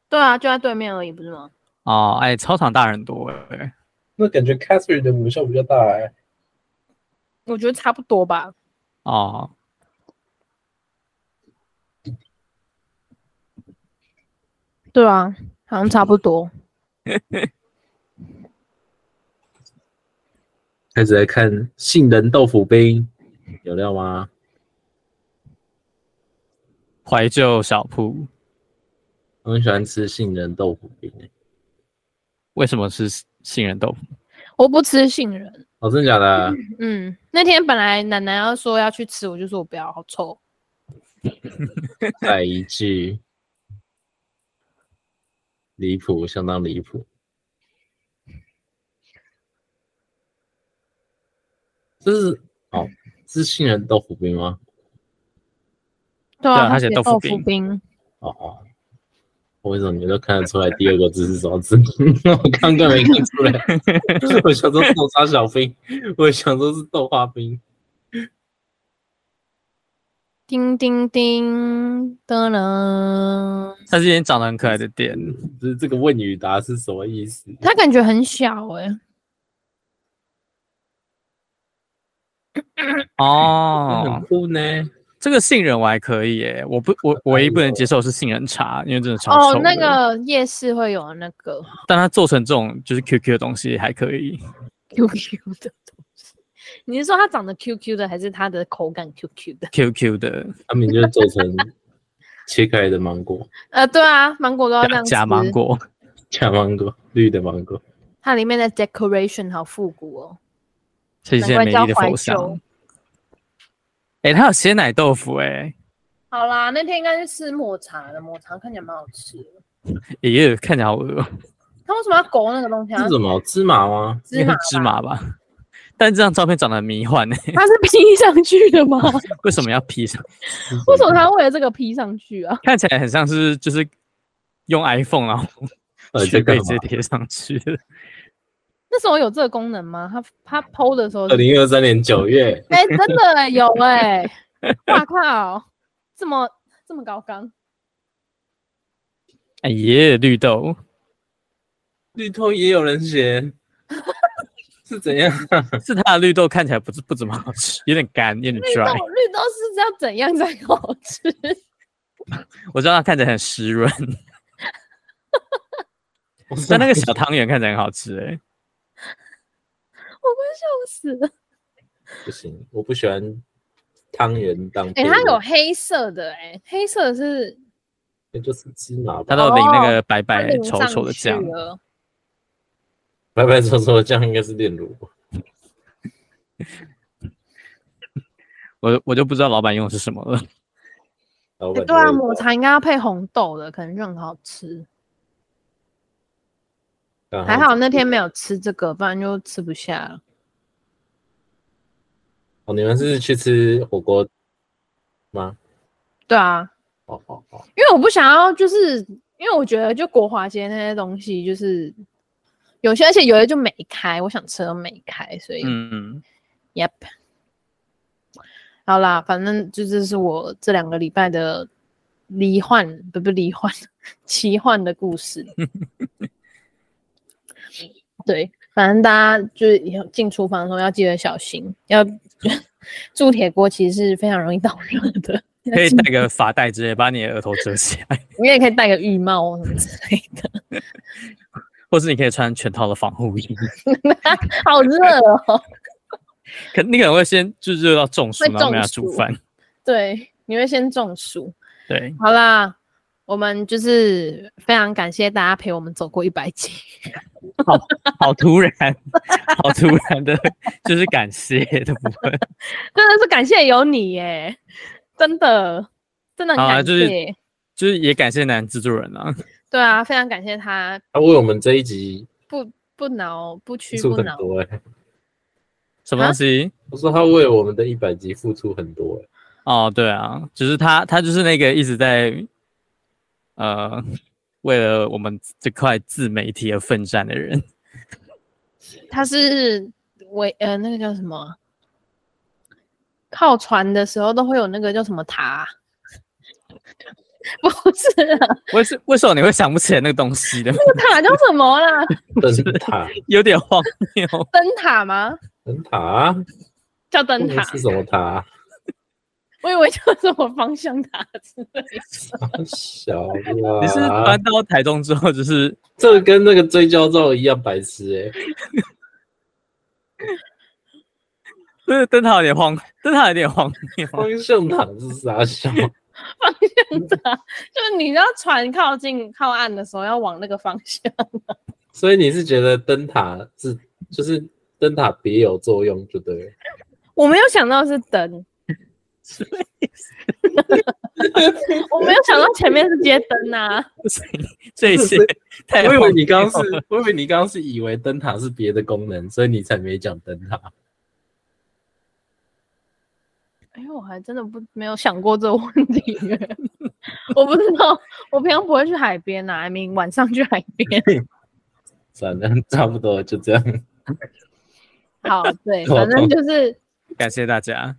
Speaker 3: 对啊，就在对面而已，不是吗？
Speaker 2: 哦，哎，操场大很多哎、
Speaker 4: 那感觉 Catherine 的母校比较大哎、
Speaker 3: 我觉得差不多吧。
Speaker 2: 哦，
Speaker 3: 对啊，好像差不多。
Speaker 1: 开始来看杏仁豆腐冰，有料吗？
Speaker 2: 怀旧小铺
Speaker 1: 我很喜欢吃杏仁豆腐冰、欸，
Speaker 2: 为什么是杏仁豆腐？
Speaker 3: 我不吃杏仁，
Speaker 1: 哦，真的假的？
Speaker 3: 嗯，那天本来奶奶要说要去吃，我就说我不要，好臭。
Speaker 1: 再一句，离谱，相当离谱。这是哦，这是杏仁豆腐冰吗？
Speaker 3: 对
Speaker 2: 对啊它
Speaker 3: 啊，它
Speaker 2: 写豆腐
Speaker 3: 豆
Speaker 2: 饼
Speaker 3: 冰，
Speaker 1: 哦哦，我为什么你都看得出来第二个字是什么字？ 我刚刚没看出来，我想说豆沙小冰，我想说是豆花冰。
Speaker 3: 叮叮叮，噔噔。
Speaker 2: 它是一间长得很可爱的店，
Speaker 1: 就是这个问与答是什么意思？
Speaker 3: 它感觉很小哎、
Speaker 2: 哦哦
Speaker 1: 很，酷呢。
Speaker 2: 这个杏仁我还可以耶，我不我我唯一不能接受是杏仁茶，因为真的超
Speaker 3: 哎哦
Speaker 2: 臭，
Speaker 3: 那
Speaker 2: 的
Speaker 3: 个夜市会有那个
Speaker 2: 但它做成这种就是 QQ 的东西还可以，
Speaker 3: QQ 的东西。你是说它长得 QQ 的，还是它的口感 QQ 的？
Speaker 2: QQ 的
Speaker 1: 他们就做成切开的芒果，
Speaker 3: 呃，对啊，芒果都要这样
Speaker 2: 假假芒
Speaker 3: 吃，
Speaker 2: 果，
Speaker 1: 假芒果，绿的芒果。
Speaker 3: 它里面的 decoration 好复古哦。
Speaker 2: 是一
Speaker 3: 难
Speaker 2: 件
Speaker 3: 怪
Speaker 2: 美
Speaker 3: 叫
Speaker 2: 丽的
Speaker 3: 怀
Speaker 2: 佛像
Speaker 3: 旧。
Speaker 2: 哎、它有鲜奶豆腐哎、
Speaker 3: 好啦，那天应该是吃抹茶的，抹茶看起来蛮好吃的。
Speaker 2: 欸，也看起来好饿哦，
Speaker 3: 他为什么要勾那个东西啊
Speaker 1: 是？什么芝麻吗？
Speaker 2: 应该
Speaker 3: 芝麻
Speaker 2: 是芝麻吧？但这张照片长得很迷幻哎、
Speaker 3: 它是 P 上去的 吗？
Speaker 2: 为什么要 P 上？
Speaker 3: 为什么它为了这个 P 上去啊？
Speaker 2: 看起来很像是就是用 iPhone 然后
Speaker 1: 呃
Speaker 2: 去
Speaker 1: 在
Speaker 2: 被
Speaker 1: 干
Speaker 2: 直接
Speaker 1: 嘛？
Speaker 2: 贴上去的。
Speaker 3: 那时候有这个功能吗？它它 PO 的时候
Speaker 1: 二
Speaker 3: 是，
Speaker 1: 零二三年九月，
Speaker 3: 哎、真的、欸、有哎、哇靠！这么这么高纲？
Speaker 2: 哎耶，绿豆，
Speaker 1: 绿豆也有人 选，是怎样？
Speaker 2: 是它的绿豆看起来不是不怎么好吃，有点干，有点
Speaker 3: 绿豆
Speaker 2: dry。
Speaker 3: 绿豆是要怎样才好吃？
Speaker 2: 我知道它看起来很湿 润，
Speaker 1: 我
Speaker 2: 但那个小汤圆看起来很好吃哎、
Speaker 3: 我快笑死了。
Speaker 1: 不行，我不喜欢汤圆当配
Speaker 3: 哎、
Speaker 1: 料。
Speaker 3: 它有黑色的哎、黑色的是
Speaker 1: 那就是芝麻
Speaker 2: 它
Speaker 1: 吧。
Speaker 2: 都淋那个白
Speaker 3: 哦它
Speaker 2: 白
Speaker 3: 淋
Speaker 2: 稠
Speaker 3: 上
Speaker 2: 稠哎的
Speaker 3: 去
Speaker 2: 酱，
Speaker 3: 了
Speaker 1: 白白稠稠的酱应该是炼乳吧。
Speaker 2: 我我就不知道老板用的是什么了。
Speaker 1: 老
Speaker 3: 哎
Speaker 1: 板
Speaker 3: 对啊，
Speaker 1: 的味
Speaker 3: 抹
Speaker 1: 道
Speaker 3: 茶应该要配红豆的，可能就很好吃。
Speaker 2: 嗯
Speaker 1: 刚
Speaker 3: 还好那天没有吃这个，不然就吃不下了。
Speaker 1: 哦，你们是去吃火锅吗？
Speaker 3: 对啊，
Speaker 1: 哦哦哦，
Speaker 3: 因为我不想要，就是因为我觉得就国华街那些东西，就是有些，而且有些就没开，我想吃都没开，所以、
Speaker 2: 嗯，
Speaker 3: yep。好啦，反正就这是我这两个礼拜的罹患，不不罹患， 奇幻的 故事。对，反正大家就是以后进厨房的时候要记得小心， 要铸铁锅其实是非常容易导热的。
Speaker 2: 可以带个发带之类，把你的额头遮起来，
Speaker 3: 你也可以戴个浴帽什么之类 的，
Speaker 2: 或是你可以穿全套的防护衣。
Speaker 3: 好热哦。
Speaker 2: 可你可能会先就热到中暑，
Speaker 3: 会
Speaker 2: 然后没
Speaker 3: 中
Speaker 2: 法煮
Speaker 3: 暑
Speaker 2: 饭。
Speaker 3: 对，你会先中暑。
Speaker 2: 对，
Speaker 3: 好啦，我们就是非常感谢大家陪我们走过一百集。
Speaker 2: 好突然，好突然的， 就是感谢的部分。
Speaker 3: 真的是感谢有你耶，真的，真的很
Speaker 2: 好啊
Speaker 3: 感谢。
Speaker 2: 就是就是也感谢男制作人啊，
Speaker 3: 对啊，非常感谢他
Speaker 1: 他为我们这一集
Speaker 3: 不不挠不屈
Speaker 1: 付出
Speaker 3: 不
Speaker 1: 很
Speaker 3: 挠。
Speaker 1: 多哎、欸，
Speaker 2: 什么
Speaker 3: 啊
Speaker 2: 东西？
Speaker 1: 我说他为我们的一百集付出很多哎、
Speaker 2: 哦，对啊，就是他，他就是那个一直在，呃，为了我们这块自媒体而奋战的人。
Speaker 3: 他是为呃那个叫什么啊靠船的时候都会有那个叫什么塔 啊、不是啊，
Speaker 2: 为什为什么你会想不起来那个东西的？
Speaker 3: 那塔叫什么啦？
Speaker 1: 哎灯塔，
Speaker 2: 有点荒谬。
Speaker 3: 灯塔吗？
Speaker 1: 灯塔，啊
Speaker 3: 叫灯
Speaker 1: 那
Speaker 3: 塔，
Speaker 1: 是什么塔？啊
Speaker 3: 我以为叫什么方向塔之类的。
Speaker 1: 小啦，
Speaker 2: 你是
Speaker 1: 啊
Speaker 2: 搬到台中之后，就是
Speaker 1: 这跟那个追焦照一样白痴哎、欸，
Speaker 2: 这个灯塔有点荒，灯塔有点荒谬。
Speaker 1: 方向塔是傻笑，
Speaker 3: 方向塔就是你要船靠近靠岸的时候要往那个方向。
Speaker 1: 所以你是觉得灯塔是就是灯塔别有作用就对了。
Speaker 3: 我没有想到是 灯， 我没有想到前面是街灯啊，
Speaker 2: 这一切 太
Speaker 1: 哎我以
Speaker 2: 荒
Speaker 1: 为你刚刚
Speaker 2: 谬
Speaker 1: 是，我以为你刚刚是以为灯塔是别的功能，所以你才没讲灯塔。
Speaker 3: 哎呦，我还真的不没有想过这个问题耶， 我不知道，我平常不会去海边啊，I mean 晚上去海边，
Speaker 1: 算了，差不多就这样。
Speaker 3: 好，对，
Speaker 2: 哦
Speaker 1: 头
Speaker 3: 反正
Speaker 1: 痛
Speaker 3: 就是
Speaker 2: 感谢大家。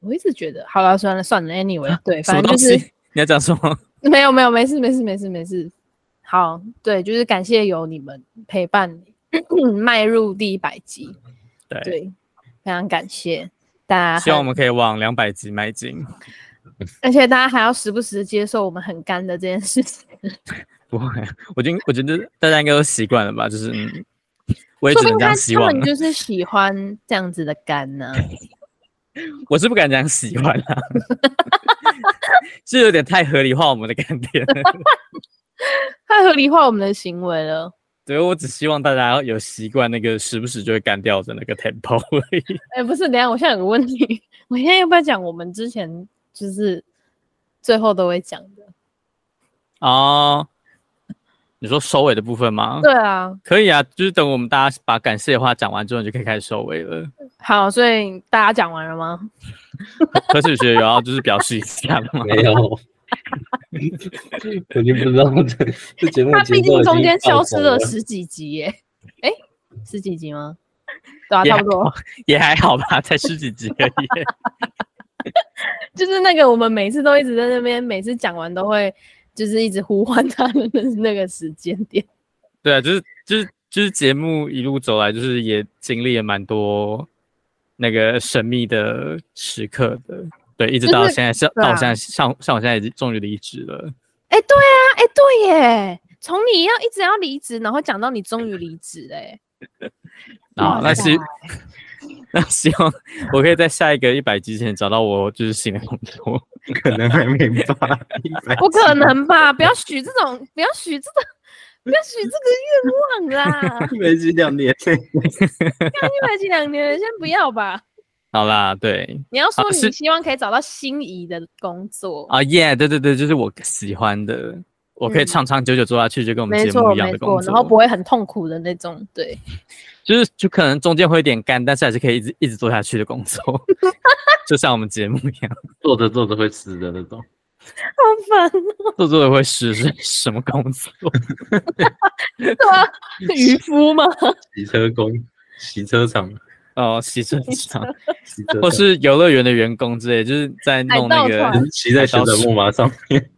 Speaker 3: 我一直觉得，好了，算了算了，anyway，对，
Speaker 2: 啊什么
Speaker 3: 反正
Speaker 2: 东
Speaker 3: 就
Speaker 2: 西
Speaker 3: 是？
Speaker 2: 你要讲什么？
Speaker 3: 没有没有，没事没事没事没事。好，对，就是感谢有你们陪伴 迈入第一百集，
Speaker 2: 对，
Speaker 3: 对，啊非常感谢大家。
Speaker 2: 哎希望我们可以往两百集迈进。
Speaker 3: 而且大家还要时不时接受我们很干的这件事情，
Speaker 2: 不会，我觉得我觉得大家应该都习惯了吧，就是嗯，我也
Speaker 3: 说
Speaker 2: 只
Speaker 3: 不
Speaker 2: 能
Speaker 3: 定
Speaker 2: 这
Speaker 3: 他
Speaker 2: 样希
Speaker 3: 他
Speaker 2: 望
Speaker 3: 们
Speaker 2: 了。
Speaker 3: 就是喜欢这样子的干呢、
Speaker 2: 我是不敢讲喜欢啊， 是有点太合理化我们的干爹了。
Speaker 3: 太合理化我们的行为了。
Speaker 2: 对，我只希望大家有习惯那个时不时就会干掉的那个 tempo 而已。
Speaker 3: 哎、不是，等一下，我现在有个问题，我现在要不要讲我们之前就是最后都会讲的？
Speaker 2: 哦，你说收尾的部分吗？
Speaker 3: 对啊，
Speaker 2: 可以啊，就是等我们大家把感谢的话讲完之后，你就可以开始收尾了。
Speaker 3: 好，所以大家讲完了吗？
Speaker 2: 何水学有要就是表示一下吗？
Speaker 1: 没有， 我已经不知道这这节目
Speaker 3: 他
Speaker 1: 节奏
Speaker 3: 毕竟
Speaker 1: 已
Speaker 3: 中
Speaker 1: 经
Speaker 3: 间消
Speaker 1: 到
Speaker 3: 失
Speaker 1: 头
Speaker 3: 了
Speaker 1: 了
Speaker 3: 十几集耶，哎、十几集吗？对啊，
Speaker 2: 也
Speaker 3: 差
Speaker 2: 还
Speaker 3: 不多。
Speaker 2: 也还好吧，才十几集而已。
Speaker 3: 就是那个我们每次都一直在那边，每次讲完都会就是一直呼唤他的那那个时间点。
Speaker 2: 对啊，就是就是就是节目一路走来，就是也经历了蛮多那个神秘的时刻的，对，一直到
Speaker 3: 就是
Speaker 2: 现在，像
Speaker 3: 对啊
Speaker 2: 到我现在像像我现在已经终于离职了，
Speaker 3: 哎、对啊，哎、对耶，从你要一直要离职，然后讲到你终于离职，哎，
Speaker 2: 啊，
Speaker 3: 哇
Speaker 2: 那
Speaker 3: 塞
Speaker 2: 希 那希望我可以在下一个一百集前找到我就是新的工作，
Speaker 5: 可能还没吧，
Speaker 3: 不可能吧？不要许这种，不要许这种，不要许这个愿望啦！
Speaker 5: 一百集两年内，
Speaker 3: 刚一百几两年，先不要吧。
Speaker 2: 好啦，对
Speaker 3: 你要说
Speaker 2: 啊
Speaker 3: 你
Speaker 2: 是
Speaker 3: 希望可以找到心仪的工作，
Speaker 2: 啊耶，对对对，就是我喜欢的，我可以
Speaker 3: 嗯
Speaker 2: 长长久久做下去，就跟我们
Speaker 3: 没
Speaker 2: 节
Speaker 3: 错
Speaker 2: 目一样
Speaker 3: 没
Speaker 2: 的工
Speaker 3: 错，
Speaker 2: 作，
Speaker 3: 然后不会很痛苦的那种，对。
Speaker 2: 就是就可能中间会有点干，但是还是可以一直一直做下去的工 作，就像我们节目一样，
Speaker 1: 做着做着会湿的那种。
Speaker 3: 好烦，
Speaker 2: 做做的会失是什么工作？
Speaker 3: 对啊，渔夫吗？
Speaker 1: 洗车工、洗车厂、
Speaker 2: 哦，洗车场
Speaker 1: 洗车
Speaker 2: 或
Speaker 1: 厂，
Speaker 2: 是游乐园的员工之类，就是在弄那
Speaker 3: 海盗
Speaker 2: 个
Speaker 3: 船
Speaker 1: 骑在旋转木马上面，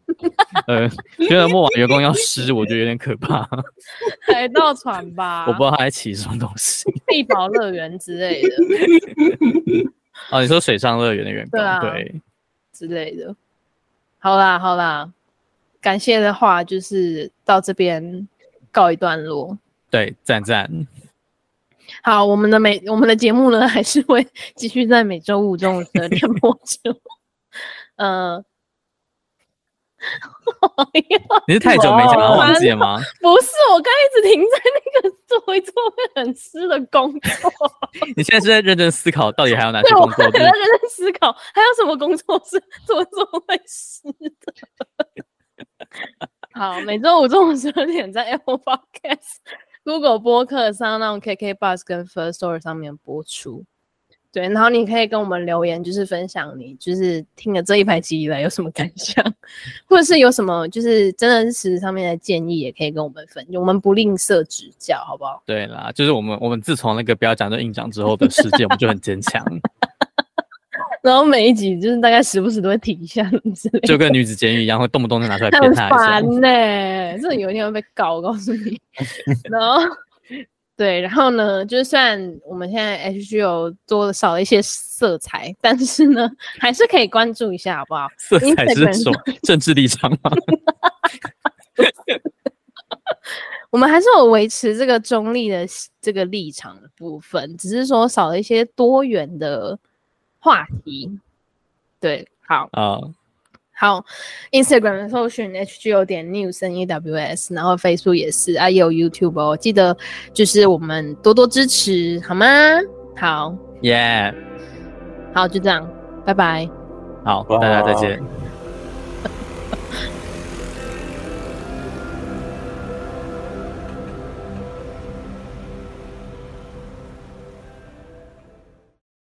Speaker 2: 呃，觉得木马员工要湿，我觉得有点可 怕，
Speaker 3: 海盗船吧，
Speaker 2: 我不知道他在骑什么东西。
Speaker 3: 地堡乐园之类的
Speaker 2: 哦，你说水上乐园的员工，
Speaker 3: 对啊
Speaker 2: 对
Speaker 3: 之类的。好啦好啦，感谢的话就是到这边告一段落。
Speaker 2: 对，赞 赞，
Speaker 3: 好，我们的每我们的节目呢， 还是会继续在每周五中午十二点播出。呃，
Speaker 2: 你是太久没讲到
Speaker 3: 哇
Speaker 2: 忘记了吗？
Speaker 3: 不是，我刚一直停在那个做一做会很湿的工作，
Speaker 2: 你现在是在认真思考到底还有哪些
Speaker 3: 对我
Speaker 2: 工
Speaker 3: 刚
Speaker 2: 作？
Speaker 3: 才在
Speaker 2: 就是
Speaker 3: 认真思考，还有什么工作是做一做会湿的？好，每周五中午十二点在 Apple Podcast、Google 播客上、那种 KK Bus 跟 First Story 上面播出。对，然后你可以跟我们留言，就是分享你就是听了这一百集以来有什么感想，或者是有什么就是真的是实质上面的建议，也可以跟我们分，我们不吝啬指教，好不好？
Speaker 2: 对啦，就是我们我们自从那个不要讲就硬讲之后的世界，我们就很坚强，
Speaker 3: 然后每一集就是大概时不时都会停一下之类的，
Speaker 2: 就跟女子监狱一样，会动不动就拿出来鞭
Speaker 3: 很
Speaker 2: 挞一下。
Speaker 3: 烦呢、真的有一天会被告，我告 诉你。然后，对，然后呢，就是虽然我们现在 H G O 多了少了一些色彩，但是呢，还是可以关注一下，好不好？
Speaker 2: 色彩是
Speaker 3: Instagram
Speaker 2: 什么政治立场吗？
Speaker 3: 我们还是有维持这个中立的这个立场的部分，只是说少了一些多元的话题。对，好，
Speaker 2: 啊、
Speaker 3: 好，Instagram 搜寻 HGO 点 news n e w s，然后 Facebook 也是啊，也有 YouTube 哦，记得就是我们多多支持，好吗？好，
Speaker 2: 耶、
Speaker 3: 好，就这样，拜拜。
Speaker 2: 好，大家再见。